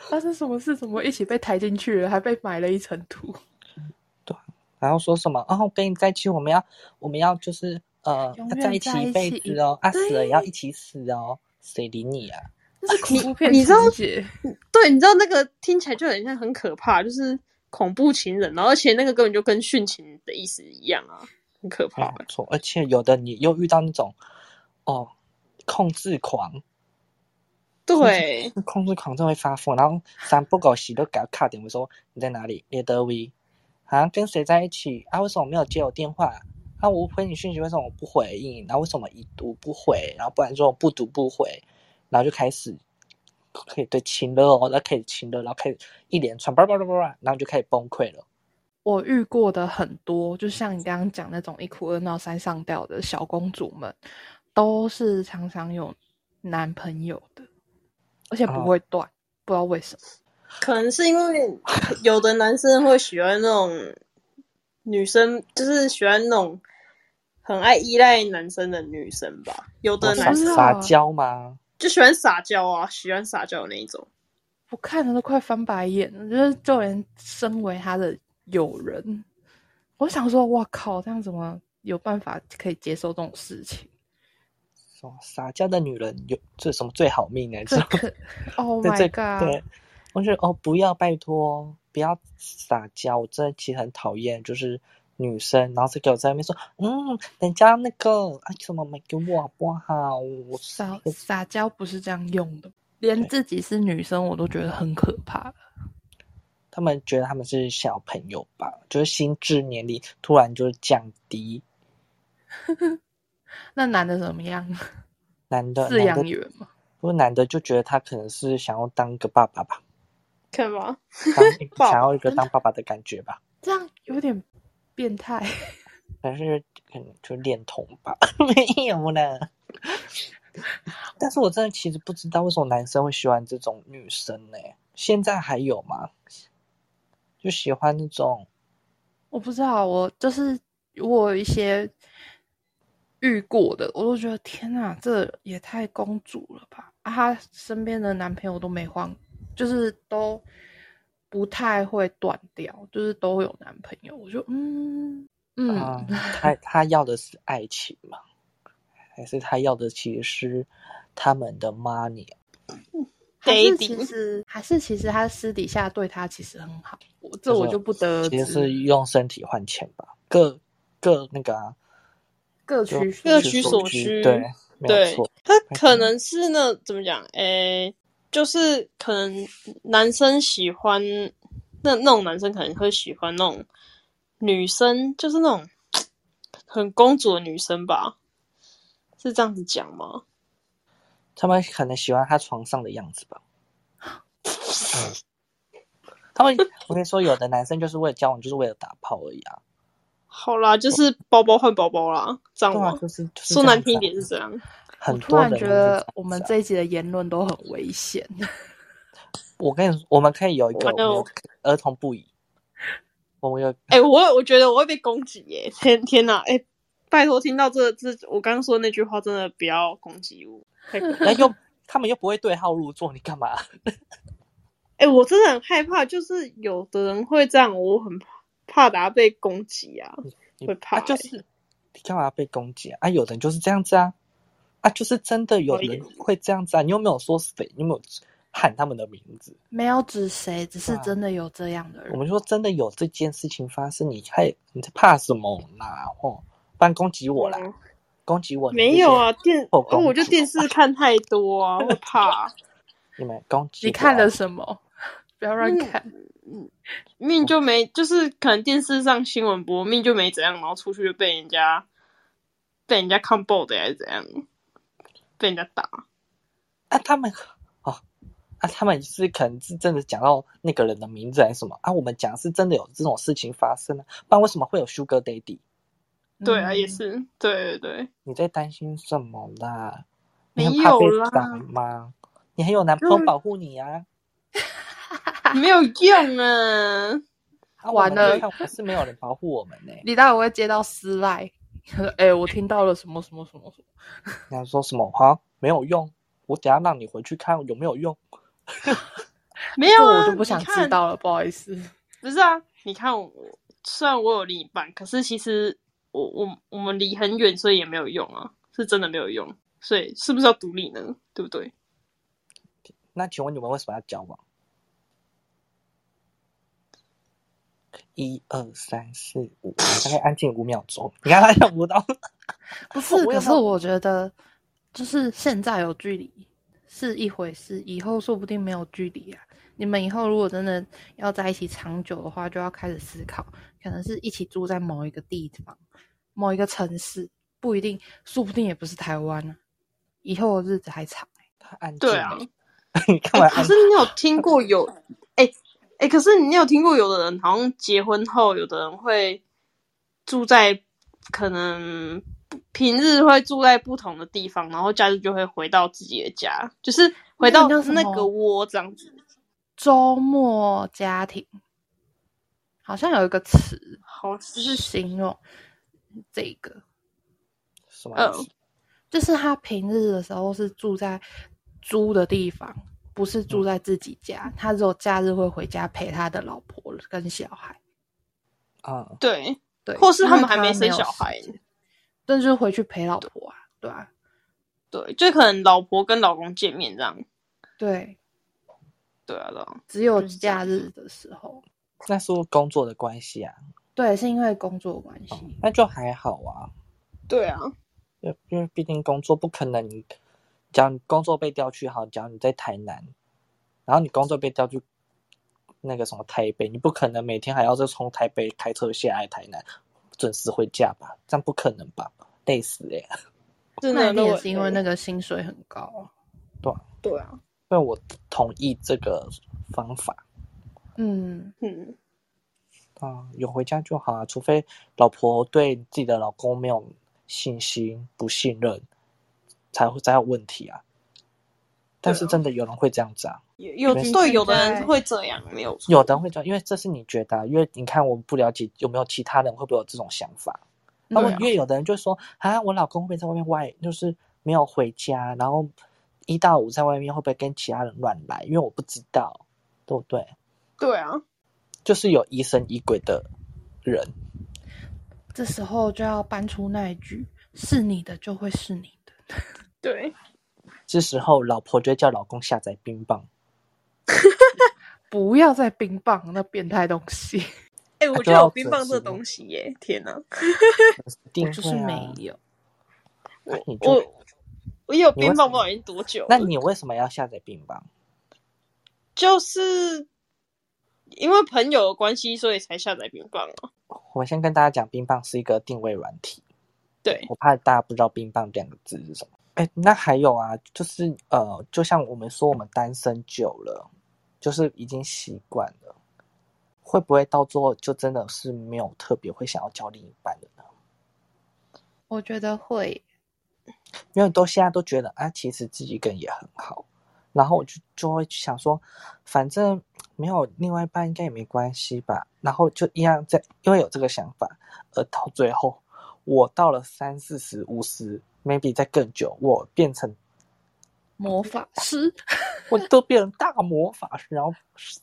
Speaker 2: 发生什么事？怎么一起被抬进去了，还被埋了一层土？
Speaker 3: 然后说什么？哦，跟你在一起，我们要，我们要就是呃，
Speaker 2: 永
Speaker 3: 要
Speaker 2: 远
Speaker 3: 在一起
Speaker 2: 在一
Speaker 3: 一辈
Speaker 2: 起
Speaker 3: 子哦，啊
Speaker 2: 对
Speaker 3: 死了也要一起死哦，谁理你啊？
Speaker 2: 那是恐怖片
Speaker 1: 你你知道
Speaker 2: 情节
Speaker 1: 对，你知道那个听起来就很像很可怕，就是恐怖情人，然后而且那个根本就跟殉情的意思一样啊，很可
Speaker 3: 没
Speaker 1: 怕。
Speaker 3: 有错，而且有的你又遇到那种，哦，控制狂，
Speaker 1: 对，
Speaker 3: 那控制狂真会发疯，然后三不狗喜都给他卡点，我说你在哪里？列德维，啊，跟谁在一起？啊，为什么没有接我电话？啊，我回你讯息，为什么我不回应？然后为什么已读不回？然后不然说我不读不回，然后就开始可以对亲了哦，然后开始亲了，然后开始一连串叭叭叭叭叭，然后就开始崩溃了。
Speaker 2: 我遇过的很多，就像你刚刚讲那种一哭二闹三上吊的小公主们，都是常常有男朋友的，而且不
Speaker 3: 哦
Speaker 2: 会断，不知道为什么。
Speaker 1: 可能是因为有的男生会喜欢那种女生，就是喜欢那种很爱依赖男生的女生吧。有的
Speaker 3: 撒
Speaker 1: 男生
Speaker 2: 是啊
Speaker 3: 撒娇吗？
Speaker 1: 就喜欢撒娇啊，喜欢撒娇的那一种。
Speaker 2: 我看着都快翻白眼了，就是就连身为他的友人，我想说，哇靠，这样怎么有办法可以接受这种事情？
Speaker 3: 什么撒娇的女人有这什么最好命啊呢？这
Speaker 2: 这 可，Oh
Speaker 3: 对
Speaker 2: my
Speaker 3: 对
Speaker 2: god！
Speaker 3: 对，我觉得哦，不要，拜托，不要撒娇，我真的其实很讨厌，就是女生，然后是给我在那边说，嗯，人家那个啊什么买给我好不好？我
Speaker 2: 撒撒娇不是这样用的，连自己是女生我都觉得很可怕。
Speaker 3: 他们觉得他们是小朋友吧，就是心智年龄突然就是降低。
Speaker 2: 那男的怎么样？
Speaker 3: 男的，
Speaker 2: 饲
Speaker 3: 男
Speaker 2: 养
Speaker 3: 的，
Speaker 2: 员嘛，
Speaker 3: 不过男的就觉得他可能是想要当个爸爸吧，
Speaker 1: 看吧，
Speaker 3: 当一个
Speaker 1: 爸爸
Speaker 3: 想要一个
Speaker 2: 真的
Speaker 3: 当爸爸的感觉吧，
Speaker 2: 这样有点变态。
Speaker 3: 可能是可能就恋童吧， 没有呢。但是我真的其实不知道为什么男生会喜欢这种女生呢、现在还有吗？就喜欢那种
Speaker 2: 我不知道，我就是我有一些遇过的，我都觉得天哪，这也太公主了吧！啊，她身边的男朋友都没换，就是都不太会断掉，就是都有男朋友。我就嗯嗯，
Speaker 3: 啊、他他要的是爱情吗？还是他要的其实是他们的 money？啊
Speaker 2: 还是
Speaker 1: Daddy
Speaker 2: 其实还是其实他私底下对她其实很好，我这我就不得而
Speaker 3: 其实是
Speaker 2: 知，
Speaker 3: 用身体换钱吧，各各那个、啊、
Speaker 2: 各
Speaker 3: 就
Speaker 2: 取所
Speaker 1: 各
Speaker 2: 需
Speaker 1: 取所需
Speaker 3: 对，没有
Speaker 1: 对
Speaker 3: 错。
Speaker 1: 他可能是那怎么讲？诶、就是可能男生喜欢那那种男生可能会喜欢那种女生，就是那种很公主的女生吧？是这样子讲吗？
Speaker 3: 他们可能喜欢他床上的样子吧。
Speaker 1: 嗯
Speaker 3: 他们，我跟你说，有的男生就是为了交往，就是为了打炮而已啊。
Speaker 1: 好啦，就是包包换包包啦，这样
Speaker 3: 对啊，
Speaker 1: 吗？
Speaker 3: 就是、就是、
Speaker 1: 嗯说难听一点是这，样。啊
Speaker 2: 我
Speaker 3: 很
Speaker 2: 突
Speaker 3: 多人
Speaker 2: 然
Speaker 3: 都是
Speaker 2: 觉
Speaker 3: 这样
Speaker 2: 得
Speaker 3: 子啊
Speaker 2: 我们这一集的言论都很危险。
Speaker 3: 我跟你说，我们可以有一个
Speaker 1: 完了
Speaker 3: 我们有儿童不宜，我们有
Speaker 1: 哎、我我觉得我会被攻击耶！天天哪、哎、拜托，听到这这我刚刚说的那句话，真的不要攻击我。太可怕
Speaker 3: 那又他们又不会对号入座，你干嘛？
Speaker 1: 哎、我真的很害怕，就是有的人会这样，我很怕大家被攻击啊。
Speaker 3: 你
Speaker 1: 会怕
Speaker 3: 啊、就是你干嘛被攻击啊啊？有的人就是这样子啊，啊，就是真的有
Speaker 1: 我也
Speaker 3: 人会这样子啊。你又没有说谁，你有没有喊他们的名字？
Speaker 2: 没有指谁，只是
Speaker 3: 对啊
Speaker 2: 真的有这样的人。
Speaker 3: 我们说真的有这件事情发生，你还你在怕什么啦？哦，不然攻击我啦，
Speaker 1: 嗯
Speaker 3: 攻击我！你
Speaker 1: 没
Speaker 3: 这些
Speaker 1: 有啊，，电
Speaker 3: 后
Speaker 1: 哦
Speaker 3: 宫
Speaker 1: 我就电视看太多啊，会怕。
Speaker 3: 你们攻击
Speaker 2: 你
Speaker 3: 我
Speaker 2: 看
Speaker 3: 啊
Speaker 2: 了什么？不
Speaker 1: 嗯
Speaker 2: 要乱看。
Speaker 1: 命就没，就是可能电视上新闻播，命就没怎样，然后出去就被人家被人家看爆的还是怎样，被人家打。
Speaker 3: 啊，他们哦，啊，他们是可能是真的讲到那个人的名字还是什么啊？我们讲是真的有这种事情发生啊，不然为什么会有 Sugar Daddy？
Speaker 1: 对啊，
Speaker 2: 嗯
Speaker 1: 也。是，对对对，
Speaker 3: 你在担心什么啦？
Speaker 1: 没
Speaker 3: 你很怕被
Speaker 1: 有啦
Speaker 3: 打吗？你还有男朋友保护你啊？
Speaker 1: 没有用啊。
Speaker 3: 啊，
Speaker 2: 完了
Speaker 3: 看我是没有人保护我们呢、
Speaker 2: 你待会会接到私赖， 哎、我听到了什么什么什么什么，
Speaker 3: 你要说什么哈？没有用，我等下让你回去看有没有用。
Speaker 1: 没有、
Speaker 2: 这
Speaker 1: 啊，
Speaker 2: 我就不想
Speaker 1: 你
Speaker 2: 知
Speaker 1: 看。
Speaker 2: 道了，不好意思。
Speaker 1: 不是啊，你看我，虽然我有另一半，可是其实我我我们离很远，所以也没有用啊，是真的没有用。所以是不是要独立呢？对不对？
Speaker 3: 那请问你们为什么要交往？一二三四五，大概安静五秒钟。你看他想不到，
Speaker 2: 不是，可是我觉得，就是现在有距离是一回事，以后说不定没有距离啊。你们以后如果真的要在一起长久的话，就要开始思考，可能是一起住在某一个地方、某一个城市，不一定，说不定也不是台湾啊。以后的日子还长欸、
Speaker 3: 他安静。
Speaker 1: 对啊。
Speaker 3: 你干
Speaker 1: 哎、
Speaker 3: 嘛
Speaker 1: 可
Speaker 3: 安
Speaker 1: 是
Speaker 3: 静？
Speaker 1: 你有听过有，哎、哎、可是你有听过有的人好像结婚后，有的人会住在可能平日会住在不同的地方，然后假日就会回到自己的家，就是回到
Speaker 2: 那个叫什么
Speaker 1: 那个窝这样子。
Speaker 2: 周末家庭，好像有一个词，
Speaker 1: 好，
Speaker 2: 就是形容这个，
Speaker 3: 什么意思？
Speaker 2: 就是他平日的时候是住在租的地方，不是
Speaker 1: 嗯
Speaker 2: 住在自己家。他只有假日会回家陪他的老婆跟小孩，
Speaker 1: 呃
Speaker 3: 嗯，
Speaker 1: 对，
Speaker 2: 对，
Speaker 1: 或是
Speaker 2: 因
Speaker 1: 他
Speaker 2: 为
Speaker 1: 们还没生
Speaker 2: 有
Speaker 1: 小
Speaker 2: 时
Speaker 1: 孩
Speaker 2: 间，但就是回去陪老婆啊，对啊，
Speaker 1: 对，就可能老婆跟老公见面这样。
Speaker 2: 对，
Speaker 1: 对啊，对啊，
Speaker 2: 只有
Speaker 1: 就是这样
Speaker 2: 假日的时候，
Speaker 3: 那是不是工作的关系啊，
Speaker 2: 对，是因为工作关
Speaker 1: 哦
Speaker 2: 系，
Speaker 3: 那就还好啊，
Speaker 1: 对啊，
Speaker 3: 因为因为毕竟工作不可能假如你工作被调去，好，假如你在台南，然后你工作被调去那个什么台北，你不可能每天还要再从台北开车下来台南，准时回家吧？这样不可能吧？累死哎、欸！
Speaker 1: 真的
Speaker 2: 那一定也是因为那个薪水很高啊。
Speaker 1: 对啊，
Speaker 3: 所以我同意这个方法
Speaker 2: 嗯，
Speaker 1: 嗯，
Speaker 3: 啊、有回家就好啊，除非老婆对自己的老公没有信心、不信任，才会才有问题啊。但是
Speaker 1: 对啊
Speaker 3: 真的有人会这样子啊？
Speaker 1: 有有
Speaker 3: 没事
Speaker 1: 对有的
Speaker 2: 现在
Speaker 1: 人会这样，没有错
Speaker 3: 有的人会这样，因为这是你觉得啊、因为你看我们不了解有没有其他人会不会有这种想法。
Speaker 1: 哦
Speaker 3: 那我
Speaker 2: 对啊
Speaker 3: 因为有的人就说啊，我老公会不会在外面外就是没有回家，然后一到五在外面会不会跟其他人乱来？因为我不知道，对不对？
Speaker 1: 对啊，
Speaker 3: 就是有疑神疑鬼的人，
Speaker 2: 这时候就要搬出那一句：“是你的就会是你的。
Speaker 1: 对，
Speaker 3: 这时候老婆就会叫老公下载冰棒。”
Speaker 2: 不要再冰棒那变态东西，
Speaker 1: 哎、
Speaker 3: 啊
Speaker 1: 我
Speaker 3: 对
Speaker 1: 觉得
Speaker 3: 啊
Speaker 1: 有
Speaker 3: 我
Speaker 1: 冰
Speaker 3: 只
Speaker 1: 棒这
Speaker 3: 是
Speaker 1: 东西耶，天哪、
Speaker 3: 一定
Speaker 2: 我 就是
Speaker 3: 会
Speaker 2: 没
Speaker 3: 啊
Speaker 2: 有。
Speaker 1: 我
Speaker 3: 你就
Speaker 1: 我我也有
Speaker 3: 你为
Speaker 1: 冰棒，
Speaker 3: 什
Speaker 1: 不
Speaker 3: 么
Speaker 1: 知道已经多久了。
Speaker 3: 那你为什么要下载冰棒？
Speaker 1: 就是因为朋友的关系，所以才下载冰棒啊。
Speaker 3: 我先跟大家讲，冰棒是一个定位软体。
Speaker 1: 对，
Speaker 3: 我怕大家不知道“冰棒”两个字是什么。哎，那还有啊，就是呃，就像我们说，我们单身久了，就是已经习惯了，会不会到最后就真的是没有特别会想要交另一半的呢？
Speaker 2: 我觉得会，
Speaker 3: 因为都现在都觉得啊，其实自己一个人也很好，然后我就就会想说，反正没有另外一半应该也没关系吧，然后就一样在，因为有这个想法，而到最后，我到了三四十、五十，maybe 再更久，我变成嗯
Speaker 2: 魔法师，
Speaker 3: 我都变成大魔法师，然后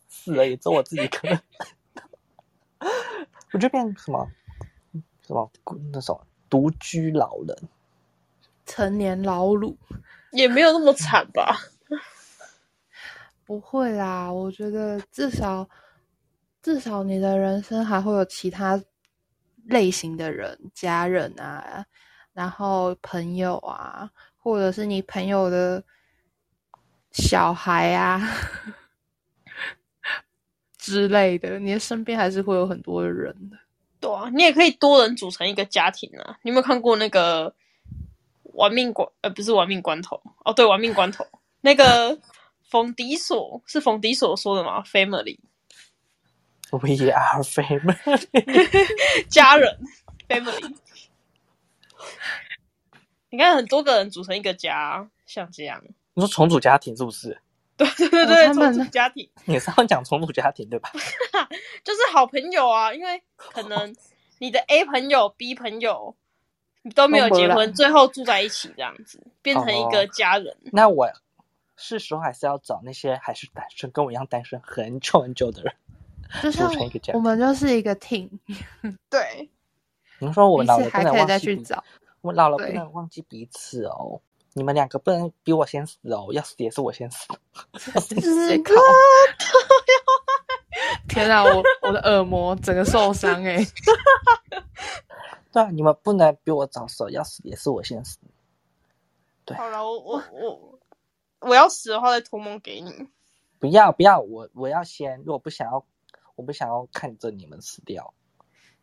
Speaker 3: 死了也只有我自己可能。 我就变成什么什么那种独居老人，
Speaker 2: 成年老鲁
Speaker 1: 也没有那么惨吧？
Speaker 2: 不会啦。我觉得至少至少你的人生还会有其他类型的人，家人啊，然后朋友啊，或者是你朋友的小孩啊 之类的，你的身边还是会有很多人的。
Speaker 1: 对啊，你也可以多人组成一个家庭啊。你有没有看过那个《玩命关》？呃，不是《玩命关头》哦，对，《玩命关头》那个冯迪所是冯迪所说的吗？Family
Speaker 3: We are family。
Speaker 1: 家人 Family。你看，很多个人组成一个家，像这样，
Speaker 3: 你说重组家庭是不是？
Speaker 1: 对对
Speaker 2: 哦
Speaker 1: 对，
Speaker 2: 他们
Speaker 1: 重组家庭。
Speaker 3: 你是要讲重组家庭对吧？
Speaker 1: 就是好朋友啊，因为可能你的 A 朋友、B 朋友你都没有结
Speaker 2: 都没
Speaker 1: 婚，
Speaker 2: 了
Speaker 1: 最后住在一起这样子，变成一个家人。
Speaker 3: 那我是时候还是要找那些还是单身跟我一样单身很久很久的人。
Speaker 2: 就像
Speaker 3: 成一个家
Speaker 2: 我们就是一个 team，
Speaker 1: 对，
Speaker 3: 你说我
Speaker 2: 彼
Speaker 3: 老
Speaker 2: 此
Speaker 3: 了不
Speaker 2: 还
Speaker 3: 能
Speaker 2: 可以
Speaker 3: 忘
Speaker 2: 再
Speaker 3: 记
Speaker 2: 去
Speaker 3: 彼
Speaker 2: 找。
Speaker 3: 我老了不
Speaker 2: 对
Speaker 3: 能忘记彼此哦。你们两个不能比我先死哦，要死也是我先死。
Speaker 2: 思考。 天啊，我我的耳膜整个受伤 哎、
Speaker 3: 对啊，你们不能比我早死，要死也是我先死。
Speaker 1: 好了，我我我我要死的话再托梦给你。
Speaker 3: 不要不要，我我要先，因为我不想要，我不想要看着你们死掉。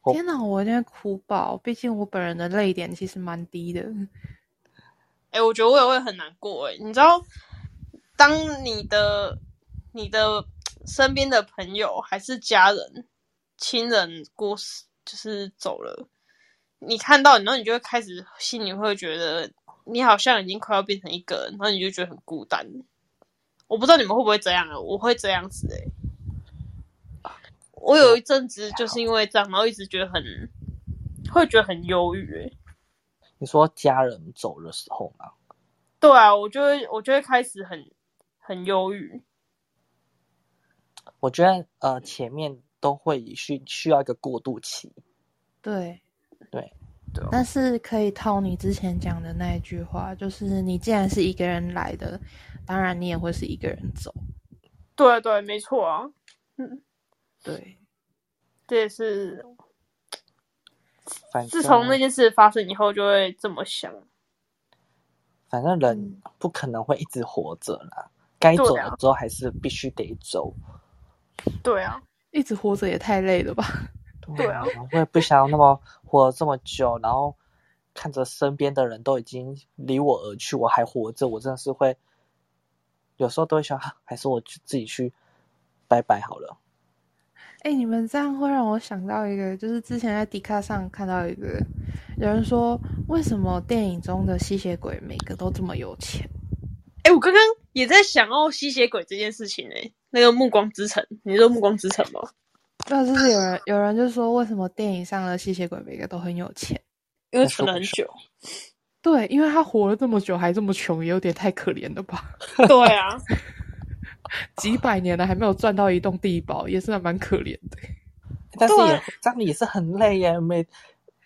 Speaker 3: 我
Speaker 2: 天哪，我一定会哭爆，毕竟我本人的泪点其实蛮低的。
Speaker 1: 哎、我觉得我也会很难过哎、你知道，当你的你的身边的朋友还是家人、亲人过世，就是走了，你看到，然后你就会开始心里会觉得，你好像已经快要变成一个人，然后你就觉得很孤单。我不知道你们会不会这样啊？我会这样子哎、我有一阵子就是因为这样，然后一直觉得很，会觉得很忧郁哎。
Speaker 3: 你说家人走的时候嘛，
Speaker 1: 对啊，我就会我就会开始很很忧郁。
Speaker 3: 我觉得呃前面都会需需要一个过渡期。
Speaker 2: 对
Speaker 3: 对，哦
Speaker 2: 但是可以套你之前讲的那一句话，就是你既然是一个人来的，当然你也会是一个人走。
Speaker 1: 对对，没错啊，
Speaker 2: 对，
Speaker 1: 这也是
Speaker 3: 反正啊
Speaker 1: 自从那件事发生以后就会这么想。
Speaker 3: 反正人不可能会一直活着啦，该走了之后还是必须得走。
Speaker 1: 对啊，
Speaker 2: 一直活着也太累了吧？
Speaker 1: 对啊
Speaker 3: 啊，我也不想要那么活了这么久，然后看着身边的人都已经离我而去，我还活着，我真的是会有时候都会想，啊还是我去自己去拜拜好了。
Speaker 2: 哎、你们这样会让我想到一个，就是之前在迪卡上看到一个有人说，为什么电影中的吸血鬼每个都这么有钱？
Speaker 1: 哎、我刚刚也在想哦，吸血鬼这件事情哎、那个《暮光之城》，你说《暮光之城》吗？
Speaker 2: 那就是有人有人就说，为什么电影上的吸血鬼每个都很有钱？
Speaker 1: 因为存了很久。
Speaker 2: 对，因为他活了这么久还这么穷，也有点太可怜了吧？
Speaker 1: 对啊，
Speaker 2: 几百年了还没有赚到一栋地堡，也是还蛮可怜的。
Speaker 3: 但是
Speaker 1: 对
Speaker 3: 也这样也是很累耶，每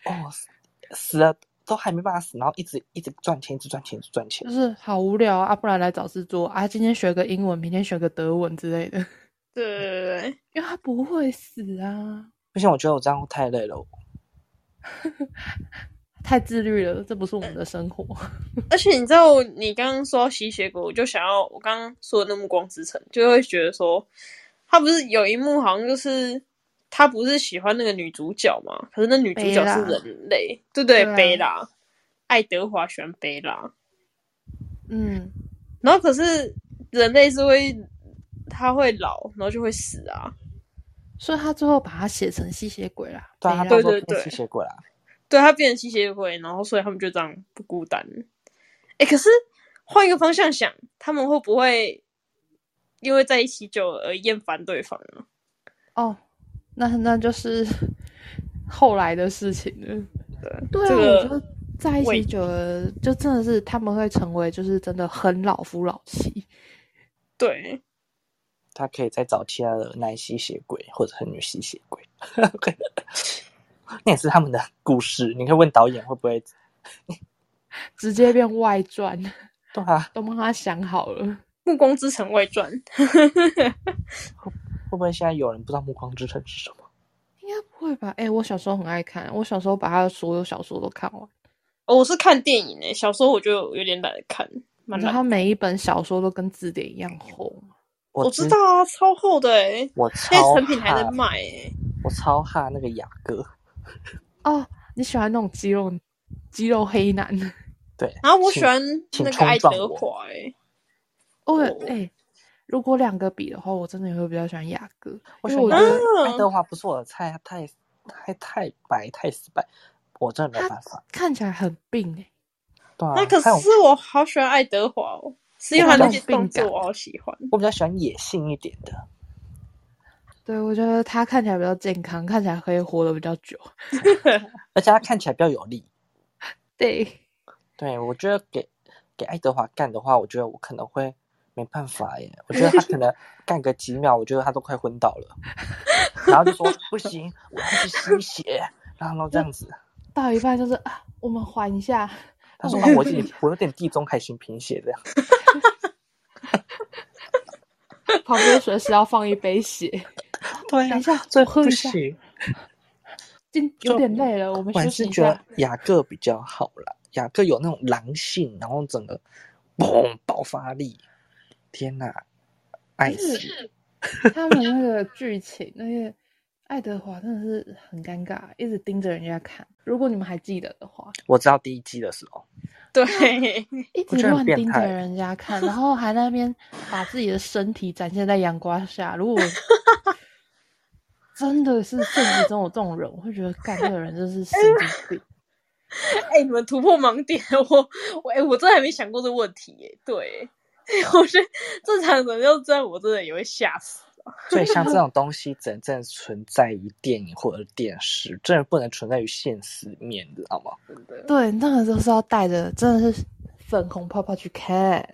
Speaker 3: 哦死死了都还没办法死，然后一直一直赚钱，一直赚钱，一直赚钱
Speaker 2: 就。是好无聊啊，啊不然来找事做啊，今天学个英文，明天学个德文之类的，
Speaker 1: 对对对对，
Speaker 2: 因为他不会死啊，
Speaker 3: 不行，我觉得我这样太累了。
Speaker 2: 太自律了，这不是我们的生活。
Speaker 1: 而且你知道，你刚刚说到吸血鬼，我就想要我刚刚说的那《暮光之城》，就会觉得说，他不是有一幕好像就是他不是喜欢那个女主角嘛？可是那女主角是
Speaker 2: 贝拉
Speaker 1: 人类，对不对？
Speaker 2: 对啊
Speaker 1: 贝拉，爱德华喜欢贝拉，
Speaker 2: 嗯，
Speaker 1: 然后可是人类是会，他会老，然后就会死啊。
Speaker 2: 所以他最后把他写成吸血鬼啦。
Speaker 3: 对啊，
Speaker 2: 没
Speaker 3: 他
Speaker 1: 哎对
Speaker 2: 啦
Speaker 3: 到时候
Speaker 1: 对
Speaker 3: 变
Speaker 1: 对
Speaker 3: 吸血鬼啦。
Speaker 1: 对他变成吸血鬼，然后所以他们就这样不孤单。哎、可是换一个方向想，他们会不会因为在一起久了而厌烦对方呢？
Speaker 2: 哦，那那就是 后来的事情了。对啊，
Speaker 1: 这
Speaker 2: 我
Speaker 1: 个
Speaker 2: 觉得在一起
Speaker 1: 味
Speaker 2: 久了，就真的是他们会成为就是真的很老夫老妻。
Speaker 1: 对，
Speaker 3: 他可以再找其他的男吸血鬼或者是女吸血鬼， 那也是他们的故事。你可以问导演会不会？
Speaker 2: 直接变外传，
Speaker 3: 对啊，
Speaker 2: 都帮他想好了。
Speaker 1: 《暮光之城外传》
Speaker 3: 会不会现在有人不知道《暮光之城》是什么？
Speaker 2: 应该不会吧？哎、我小时候很爱看，我小时候把他的所有小说都看完。
Speaker 1: 哦我是看电影诶、小时候我就有点懒得看，
Speaker 2: 你
Speaker 1: 蛮
Speaker 2: 知道
Speaker 1: 懒。
Speaker 2: 他每一本小说都跟字典一样厚，
Speaker 1: 我知
Speaker 3: 知
Speaker 1: 道，啊，超厚的诶、
Speaker 3: 我
Speaker 1: 现在
Speaker 3: 超
Speaker 1: 成品还在
Speaker 3: 哈，
Speaker 1: 卖欸诶、
Speaker 3: 我超哈那个雅哥，
Speaker 2: 哦，你喜欢那种肌肉肌肉黑男？
Speaker 3: 对。
Speaker 1: 然后我喜欢
Speaker 3: 请
Speaker 1: 那
Speaker 3: 请
Speaker 1: 个爱
Speaker 3: 冲撞
Speaker 1: 德
Speaker 3: 我，
Speaker 1: 华欸诶、
Speaker 2: 哦，哎、
Speaker 1: 哦
Speaker 2: 如果两个比的话，我真的也会比较喜欢雅哥，
Speaker 3: 我
Speaker 2: 因
Speaker 3: 喜
Speaker 2: 为我
Speaker 3: 欢
Speaker 2: 觉
Speaker 3: 雅
Speaker 2: 得
Speaker 3: 哥。
Speaker 1: 嗯
Speaker 3: 爱德华不是我的菜，他太太太白太死白，我真的没有办法。
Speaker 2: 看起来很病哎、
Speaker 3: 对啊，
Speaker 1: 那可
Speaker 3: 还有
Speaker 1: 是我好喜欢爱德华哦，是因为他那些动作我好喜欢。
Speaker 3: 我比较喜欢野性一点的。
Speaker 2: 对我觉得他看起来比较健康，看起来可以活得比较久。
Speaker 3: 而且他看起来比较有力。
Speaker 2: 对，
Speaker 3: 对，我觉得给给爱德华干的话，我觉得我可能会没办法耶。我觉得他 可能干个几秒，我觉得他都快昏倒了，然后就说不行，我要去吸血，然后这样子。
Speaker 2: 到一半就是啊，我们缓一下，
Speaker 3: 他说
Speaker 2: 我
Speaker 3: 啊
Speaker 2: 们，
Speaker 3: 我 有点我有点地中海型贫血这样。
Speaker 2: 旁边随时要放一杯 血，
Speaker 3: 对
Speaker 2: 等一下
Speaker 3: 这
Speaker 2: 我喝
Speaker 3: 不
Speaker 2: 啊一下
Speaker 3: 行。
Speaker 2: 今有点累了，我们
Speaker 3: 我还
Speaker 2: 休
Speaker 3: 是
Speaker 2: 息一
Speaker 3: 觉得
Speaker 2: 下。
Speaker 3: 雅各比较好啦，雅各有那种狼性，然后整个砰爆发力。天哪，爱
Speaker 2: 不是
Speaker 3: 死！
Speaker 2: 他们那个剧情，那个爱德华真的是很尴尬，一直盯着人家看。如果你们还记得的话，
Speaker 3: 我知道第一季的时候，
Speaker 1: 对，
Speaker 2: 一
Speaker 3: 我
Speaker 2: 直
Speaker 3: 觉得
Speaker 2: 乱
Speaker 3: 很变
Speaker 2: 盯着
Speaker 3: 态
Speaker 2: 人家 看，然后还在那边把自己的身体展现在阳光下。如 果真的是现实中有这种人，我会觉得干这个人真是神经病。
Speaker 1: 哎、你们突破盲点，我我哎、我真的还没想过这个问题耶。对， 我觉得正常人要这样，我真的也会吓死。
Speaker 3: 所以像这种东西，只能真的存在于电影或者电视，真的不能存在于现实面，你知道吗？
Speaker 1: 真的，
Speaker 2: 对，那个都是要带着真的是粉红泡泡去看，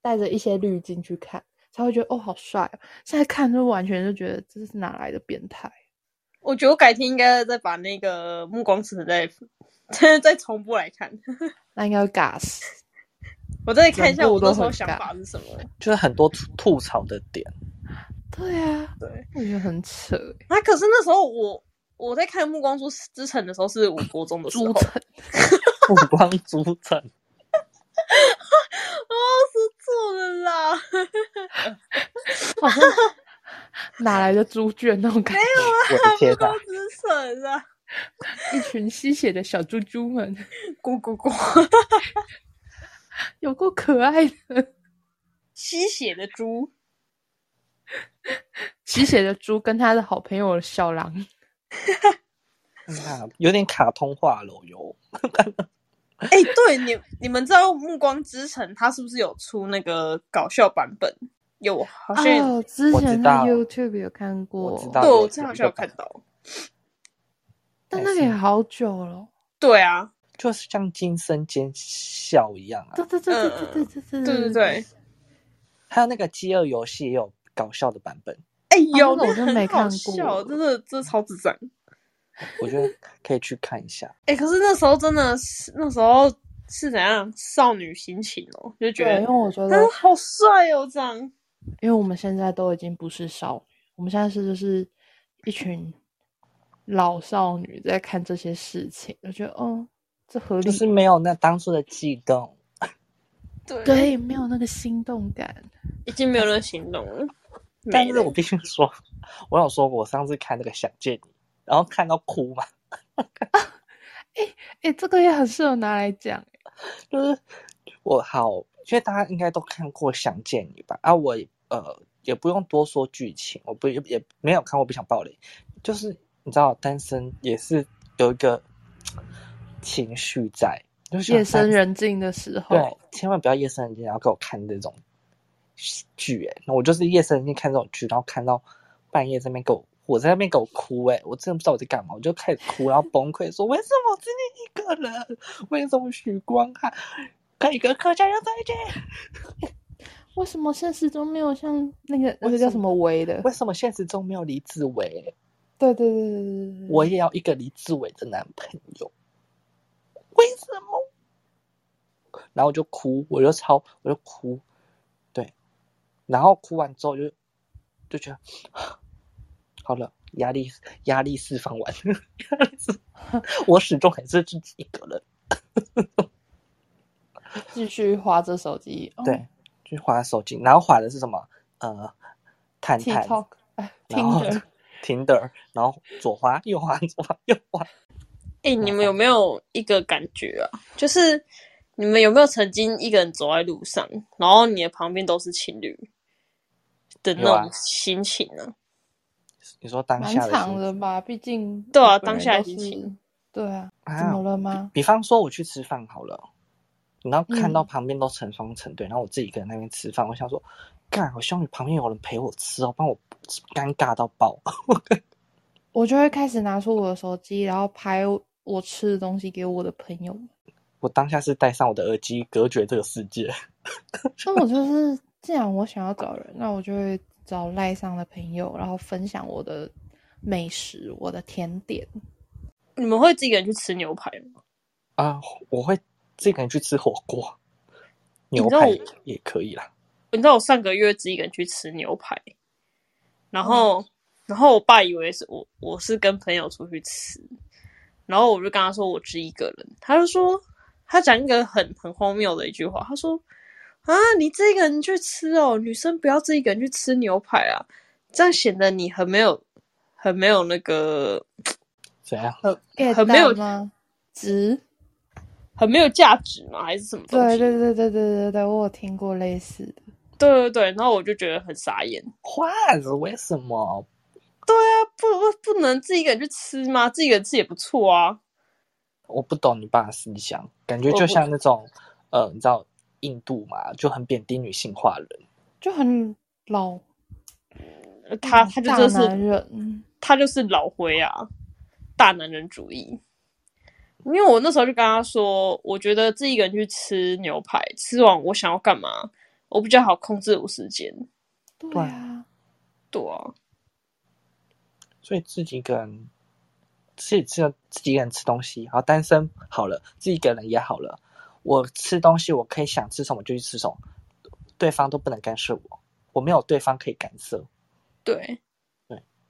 Speaker 2: 带着一些滤镜去看，才会觉得哦好帅哦。现在看就完全就觉得这是哪来的变态。
Speaker 1: 我觉得我改天应该再把那个《暮光之城》再再 再重播来看，
Speaker 2: 那应该会尬死。
Speaker 1: 我再看一下
Speaker 2: 全部
Speaker 1: 我那时
Speaker 2: 都
Speaker 1: 候
Speaker 2: 很
Speaker 1: 想
Speaker 2: 尬
Speaker 1: 法是 什么。
Speaker 3: 就是很多吐吐槽的点。
Speaker 2: 对啊，
Speaker 1: 对，
Speaker 2: 我觉得很扯欸。
Speaker 1: 那、啊可是那时候我我在看《暮光之嗯城》的时候，是我国中的时候
Speaker 2: 朱，晨，
Speaker 3: 不光朱晨，
Speaker 1: 啦，
Speaker 2: 好像哪来的猪圈那种感觉，
Speaker 3: 我的天哪
Speaker 1: 都！只神啊，
Speaker 2: 一群吸血的小猪猪们，
Speaker 1: 咕咕咕，
Speaker 2: 有够可爱的。
Speaker 1: 吸血的猪，
Speaker 2: 吸血的猪跟他的好朋友小狼，
Speaker 3: 啊，有点卡通化了哟。
Speaker 1: 哎、对你你们知道《暮光之城》它是不是有出那个搞笑版本？有，好像、
Speaker 2: 哦，之
Speaker 3: 我
Speaker 2: 前
Speaker 3: 知
Speaker 2: 在
Speaker 3: 道
Speaker 2: YouTube 有看过，
Speaker 3: 我知道
Speaker 1: 对我
Speaker 3: 有
Speaker 1: 之前好
Speaker 3: 有
Speaker 1: 像有
Speaker 3: 一个版
Speaker 1: 看到，
Speaker 2: 但
Speaker 3: 哎
Speaker 2: 那个也
Speaker 3: 是
Speaker 2: 好久了。
Speaker 3: 嗯
Speaker 1: 对啊，
Speaker 3: 就是像惊声尖笑一样啊
Speaker 2: 对。对对对
Speaker 1: 嗯
Speaker 2: 对对对
Speaker 1: 对对对，，
Speaker 3: 还有那个《饥饿游戏》也有搞笑的版本，
Speaker 1: 哎、有，
Speaker 2: 那个我真
Speaker 1: 很
Speaker 2: 没
Speaker 1: 好
Speaker 2: 看
Speaker 1: 笑，
Speaker 2: 过
Speaker 1: 真的真的超智障。
Speaker 3: 我觉得可以去看一下。
Speaker 1: 哎、可是那时候真的是那时候是怎样少女心情哦，就觉
Speaker 2: 对，因
Speaker 1: 得
Speaker 2: 为我觉
Speaker 1: 他
Speaker 2: 得，
Speaker 1: 好帅哦，这样。
Speaker 2: 因为我们现在都已经不是少女，我们现在是就是一群老少女在看这些事情，我觉得，哦，这合理
Speaker 3: 就，是没有那当初的悸动，
Speaker 1: 对，
Speaker 2: 对，没有那个心动感。
Speaker 1: 已经没有人行动了。
Speaker 3: 但
Speaker 1: 没
Speaker 3: 是
Speaker 1: 了
Speaker 3: 我必须说，我有说过我上次看那个《想见你》，然后看到哭嘛，
Speaker 2: 哎、这个也很适合拿来讲、欸。
Speaker 3: 就是我好，因为大家应该都看过《想见你》吧？啊，我也呃也不用多说剧情，我不也也没有看过，不想暴雷。就是你知道，单身也是有一个情绪在，就是
Speaker 2: 夜深
Speaker 3: 单
Speaker 2: 人静的时候，
Speaker 3: 对，千万不要夜深人静，然后给我看这种剧、欸。那我就是夜深人静看这种剧，然后看到半夜这边给我，我在那边给我哭、欸，我真的不知道我在干嘛，我就开始哭，然后崩溃，说为什么我只你一个人？为什么许光汉跟一个客家人在一起？
Speaker 2: 为什么现实中没有像那个那
Speaker 3: 为
Speaker 2: 个叫
Speaker 3: 什
Speaker 2: 什么维的？
Speaker 3: 为什么现实中没有李志伟、
Speaker 2: 对对对对对对，
Speaker 3: 我也要一个李志伟的男朋友，为什么？然后我就哭，我就超，我就哭，对，然后哭完之后就就觉得好了，压力压力释放完，压力释放我始终还是自己一个人，
Speaker 2: 继续划着手机，哦、
Speaker 3: 对，就划手机，然后划的是什么？呃，探探、
Speaker 2: ，TikTok，哎，
Speaker 3: 然后
Speaker 2: 听着，
Speaker 3: Tinder，然后左滑右滑左滑右滑，
Speaker 1: 哎、你们有没有一个感觉啊？就是你们有没有曾经一个人走在路上，然后你的旁边都是情侣的
Speaker 3: 有
Speaker 1: 那
Speaker 3: 啊
Speaker 1: 种心情啊呢、
Speaker 3: 你说当
Speaker 2: 蛮
Speaker 3: 下的
Speaker 2: 长
Speaker 3: 心
Speaker 2: 的吧？毕竟
Speaker 1: 对啊
Speaker 2: 日本
Speaker 1: 当
Speaker 2: 人
Speaker 1: 下
Speaker 2: 都
Speaker 1: 心
Speaker 2: 是
Speaker 1: 情，
Speaker 2: 对啊，
Speaker 3: 啊
Speaker 2: 怎么了吗？
Speaker 3: 比方说我去吃饭好了，然后看到
Speaker 2: 嗯
Speaker 3: 旁边都成双成对，然后我自己一个人在那边吃饭，我想说，干，我希望你旁边有人陪我吃哦，不然我尴尬到爆。
Speaker 2: 我就会开始拿出我的手机，然后拍我吃的东西给我的朋友们。
Speaker 3: 我当下是戴上我的耳机，隔绝这个世界。
Speaker 2: 那我就是，既然我想要找人，那我就会找赖上的朋友，然后分享我的美食、我的甜点。
Speaker 1: 你们会自己一个人去吃牛排吗？
Speaker 3: 啊，我会自己一个人去吃火锅，
Speaker 1: 你
Speaker 3: 牛
Speaker 1: 知道
Speaker 3: 排
Speaker 1: 我
Speaker 3: 也可以啦。
Speaker 1: 你知道我上个月自己一个人去吃牛排，然
Speaker 2: 哦
Speaker 1: 后、然后我爸以为是我我是跟朋友出去吃，然后我就跟他说我只一个人，他就说他讲一个很很荒谬的一句话，他说啊你自己一个人去吃哦，女生不要自己一个人去吃牛排啊，这样显得你很没有很没有那个
Speaker 3: 怎样？
Speaker 1: 很
Speaker 2: get
Speaker 1: 很没有
Speaker 2: 到吗？值？
Speaker 1: 很没有价值嘛，还是什么东
Speaker 2: 对
Speaker 1: 西？
Speaker 2: 对对对对对对，我有听过类似的。
Speaker 1: 对对对，然后我就觉得很傻眼，
Speaker 3: 花子为什么？
Speaker 1: 不不不能自己一个人去吃吗？自己一个人吃也不错啊。
Speaker 3: 我不懂你爸的思想，感觉
Speaker 1: 我
Speaker 3: 就
Speaker 1: 不
Speaker 3: 像那种，呃，你知道印度嘛，就很贬低女性化人。
Speaker 2: 就很老，
Speaker 1: 他他就
Speaker 2: 大
Speaker 1: 真的
Speaker 2: 男
Speaker 1: 是
Speaker 2: 人，
Speaker 1: 他就是老灰啊，大男人主义。因为我那时候就跟他说，我觉得自己一个人去吃牛排，吃完我想要干嘛，我比较好控制我时间。
Speaker 2: 对
Speaker 3: 对
Speaker 2: 啊，
Speaker 1: 对啊，
Speaker 3: 所以自己一个人，自己吃自己一个人吃东西，好单身好了，自己一个人也好了。我吃东西，我可以想吃什么就去吃什么，对方都不能干涉我，我没有对方可以干涉。
Speaker 1: 对，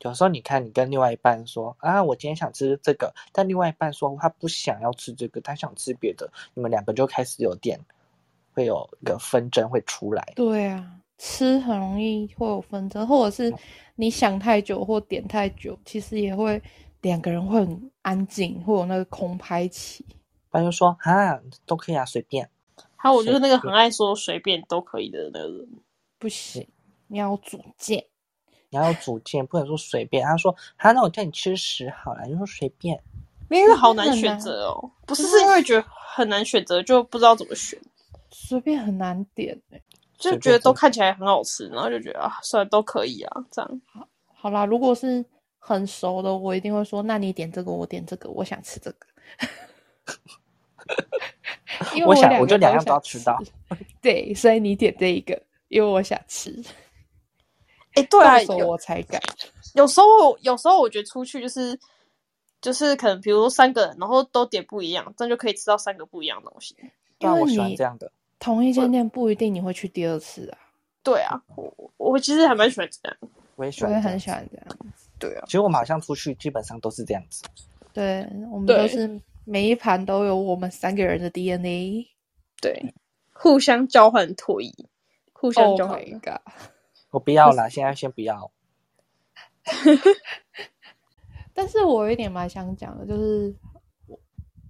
Speaker 3: 有时候你看，你跟另外一半说啊，我今天想吃这个，但另外一半说他不想要吃这个，他想吃别的，你们两个就开始有点会有一个纷争会出来。
Speaker 2: 对啊，吃很容易会有纷争，或者是你想太久或点太久，其实也会两个人会很安静，会有那个空拍期。
Speaker 3: 他就说啊，都可以啊，随便。
Speaker 1: 还有我就是那个很爱说随便都可以的那个人，
Speaker 2: 不行，你要有主见。
Speaker 3: 你要有主见，不能说随便。他说啊，那我叫你吃屎好了，你说随便。
Speaker 1: 因为好难选择哦，不是是因为觉得很难选择，就不知道怎么选，
Speaker 2: 随便很难点、欸、
Speaker 1: 就觉得都看起来很好吃，然后就觉得啊，算了都可以啊，这样。
Speaker 2: 好啦，如果是很熟的，我一定会说，那你点这个，我点这个，我想吃这个。 因为
Speaker 3: 我
Speaker 2: 两
Speaker 3: 想，
Speaker 2: 个
Speaker 3: 我就两样
Speaker 2: 都
Speaker 3: 都要
Speaker 2: 想
Speaker 3: 吃到。
Speaker 2: 对，所以你点这一个，因为我想吃，
Speaker 1: 哎、对啊，
Speaker 2: 到手
Speaker 1: 有
Speaker 2: 我才敢。
Speaker 1: 有时候有时候我觉得出去就是就是可能比如说三个人，然后都点不一样，这样就可以吃到三个不一样的东西。
Speaker 3: 对
Speaker 2: 因
Speaker 3: 啊，
Speaker 2: 为
Speaker 3: 我喜欢
Speaker 2: 你
Speaker 3: 这样的。
Speaker 2: 同一间店不一定你会去第二次啊，
Speaker 1: 对啊，我我其实还蛮喜欢这样。
Speaker 3: 我也喜
Speaker 2: 我
Speaker 3: 欢。
Speaker 2: 也很喜。欢这样。
Speaker 1: 对啊，
Speaker 3: 其实我们好像出去基本上都是这样子。
Speaker 2: 对，我们
Speaker 1: 对
Speaker 2: 都是每一盘都有我们三个人的 DNA。
Speaker 1: 对，哦互相交换唾液，互相
Speaker 2: Oh
Speaker 1: 交换。
Speaker 2: my god！
Speaker 3: 我不要啦，现在先不要。
Speaker 2: 但是我有一点蛮想讲的，就是我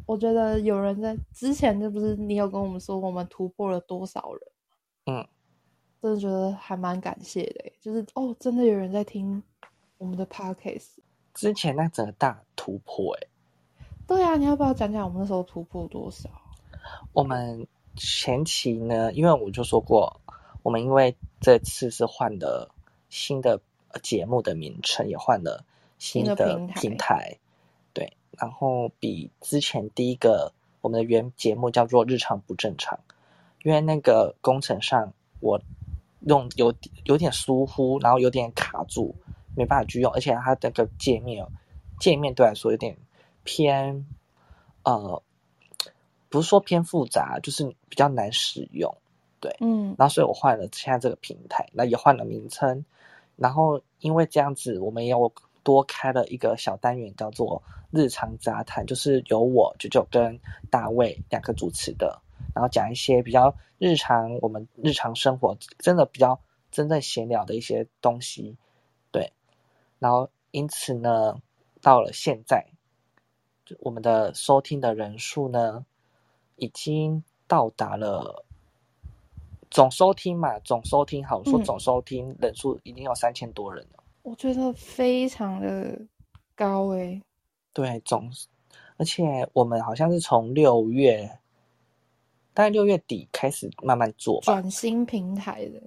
Speaker 2: 我觉得有人在之前就不是你有跟我们说我们突破了多少人，
Speaker 3: 嗯，
Speaker 2: 真的觉得还蛮感谢的欸，就是哦，真的有人在听我们的 podcast。
Speaker 3: 之前那则大突破、欸，
Speaker 2: 对啊，你要不要讲讲我们那时候突破多少？
Speaker 3: 我们前期呢，因为我就说过，我们因为这次是换了新的呃节目的名称，也换了新
Speaker 2: 新的
Speaker 3: 的
Speaker 2: 平台
Speaker 3: 平台，对，然后比之前第一个我们的原节目叫做《日常不正常》，因为那个工程上我用有有点疏忽，然后有点卡住，没办法去用，而且它那个界面哦界面对我来说有点偏呃，不是说偏复杂，就是比较难使用。
Speaker 2: 嗯，
Speaker 3: 然后所以我换了现在这个平台，那也换了名称，然后因为这样子，我们也有多开了一个小单元，叫做日常杂谈，就是由我九九跟大卫两个主持的，然后讲一些比较日常我们日常生活真的比较真正闲聊的一些东西，对，然后因此呢，到了现在，就我们的收听的人数呢，已经到达了总收听嘛，总收听好说，
Speaker 2: 嗯
Speaker 3: 总收听人数已经有三千多人了。
Speaker 2: 我觉得非常的高欸诶，
Speaker 3: 对，总，而且我们好像是从六月，大概六月底开始慢慢做吧。
Speaker 2: 转新平台的，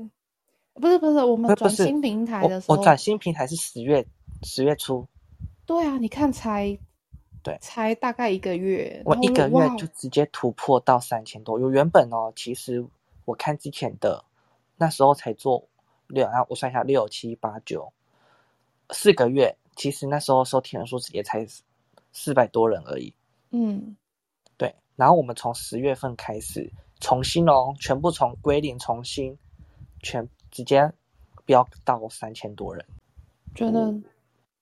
Speaker 2: 不是不是，我们
Speaker 3: 不
Speaker 2: 转
Speaker 3: 是
Speaker 2: 新平台的
Speaker 3: 我
Speaker 2: 时候，
Speaker 3: 我转新平台是十月十月初，
Speaker 2: 对啊，你看才
Speaker 3: 对
Speaker 2: 才大概一个月，
Speaker 3: 我
Speaker 2: 然后
Speaker 3: 一个
Speaker 2: 哦哇
Speaker 3: 月就直接突破到三千多。有原本哦，其实我看之前的那时候才做六，然后我算一下六七八九四个月，其实那时候收听人数也才四百多人而已。
Speaker 2: 嗯，
Speaker 3: 对，然后我们从十月份开始重新哦，全部从归零重新，全直接飙到三千多人，
Speaker 2: 觉得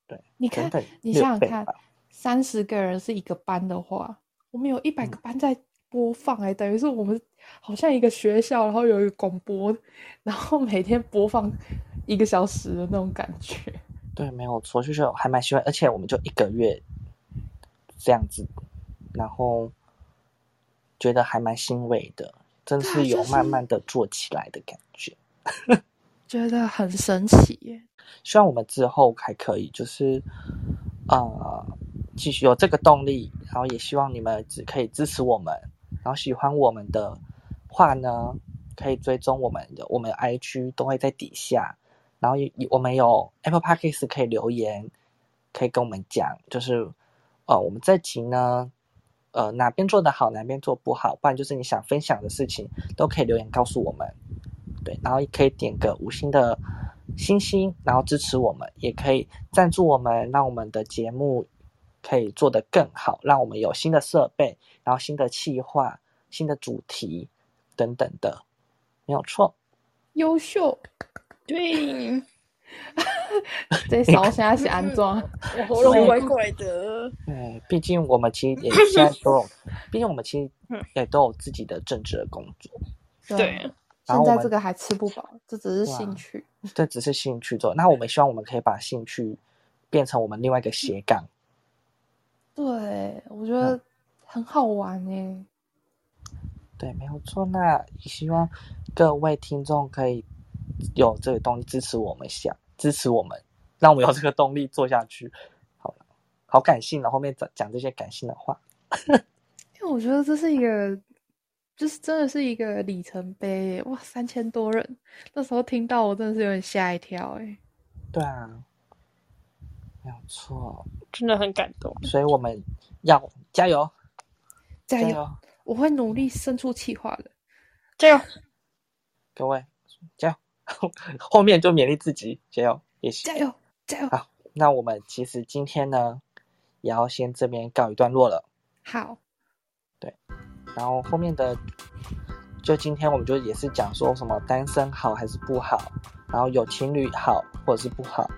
Speaker 3: 对，
Speaker 2: 你
Speaker 3: 整
Speaker 2: 看
Speaker 3: 整
Speaker 2: 你
Speaker 3: 六
Speaker 2: 想想
Speaker 3: 倍
Speaker 2: 看
Speaker 3: 吧。
Speaker 2: 三十个人是一个班的话，我们有一百
Speaker 3: 嗯
Speaker 2: 个班在播放、欸，哎、等于是我们好像一个学校，然后有一个广播，然后每天播放一个小时的那种感觉。
Speaker 3: 对，没有错，就是还蛮喜欢，而且我们就一个月这样子，然后觉得还蛮欣慰的，真的
Speaker 2: 对啊
Speaker 3: 是有
Speaker 2: 就是
Speaker 3: 慢慢的做起来的感觉。
Speaker 2: 觉得很神奇耶！
Speaker 3: 希望我们之后还可以，就是呃，继续有这个动力，然后也希望你们只可以支持我们，然后喜欢我们的话呢，可以追踪我们的，我们 IG 都会在底下，然后也我们有 Apple Podcast 可以留言，可以跟我们讲，就是呃，我们这集呢。呃，哪边做的好，哪边做不好，不然就是你想分享的事情，都可以留言告诉我们。对，然后也可以点个五星的星星，然后支持我们，也可以赞助我们，让我们的节目可以做得更好，让我们有新的设备，然后新的企划、新的主题等等的，没有错。
Speaker 2: 优秀，
Speaker 1: 对，
Speaker 2: 这首现在是安装，啊
Speaker 1: 我喉咙怪怪的。
Speaker 3: 对，哎毕竟我们其实也现在都有，毕竟我们其实也都有自己的正职的工作，
Speaker 1: 对，
Speaker 3: 然
Speaker 2: 啊现
Speaker 3: 后我
Speaker 2: 在
Speaker 3: 们啊
Speaker 2: 这个还吃不饱，这只是
Speaker 3: 哇
Speaker 2: 兴趣。
Speaker 3: 这只是兴趣做。那我们希望我们可以把兴趣变成我们另外一个斜杠。
Speaker 2: 对，我觉
Speaker 3: 啊
Speaker 2: 得很好玩哎、
Speaker 3: 对，没有错。那也希望各位听众可以有这个动力支持我们想，支持我们，让我们有这个动力做下去。好了，好感性哦的，后面讲讲这些感性的话。
Speaker 2: 因为我觉得这是一个，就是真的是一个里程碑耶哇，三千多人，那时候听到我真的是有点吓一跳哎。
Speaker 3: 对啊，没有错。
Speaker 1: 真的很感动。
Speaker 3: 所以我们要加油，
Speaker 2: 加油！
Speaker 3: 油，
Speaker 2: 我会努力生出气化的。
Speaker 1: 加油！
Speaker 3: 各位，加油！ 后面就勉励自己，加油也行
Speaker 2: 加。油！加油！
Speaker 3: 好那我们其实今天呢，也要先这边告一段落了。
Speaker 2: 好，
Speaker 3: 然后后面的，就今天我们就也是讲说什么单身好还是不好，然后有情侣好或者是不好，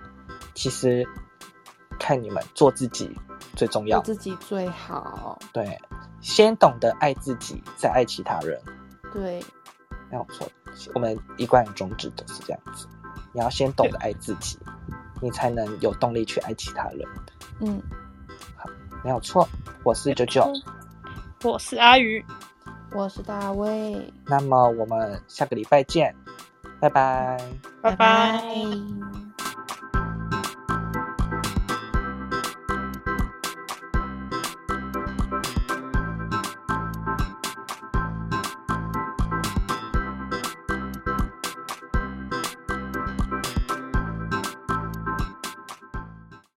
Speaker 3: 其实看你们做自己最重
Speaker 2: 我
Speaker 3: 要。
Speaker 2: 自己最好。
Speaker 3: 对，先懂得爱自己，再爱其他人，
Speaker 2: 对，
Speaker 3: 没有错。我们一贯的宗旨都是这样子，你要先懂得爱自己，你才能有动力去爱其他人，
Speaker 2: 嗯，
Speaker 3: 没有错。我是九九，
Speaker 1: 我是阿鱼，
Speaker 2: 我是大卫，
Speaker 3: 那么我们下个礼拜见，拜拜。
Speaker 1: 拜拜。
Speaker 2: 拜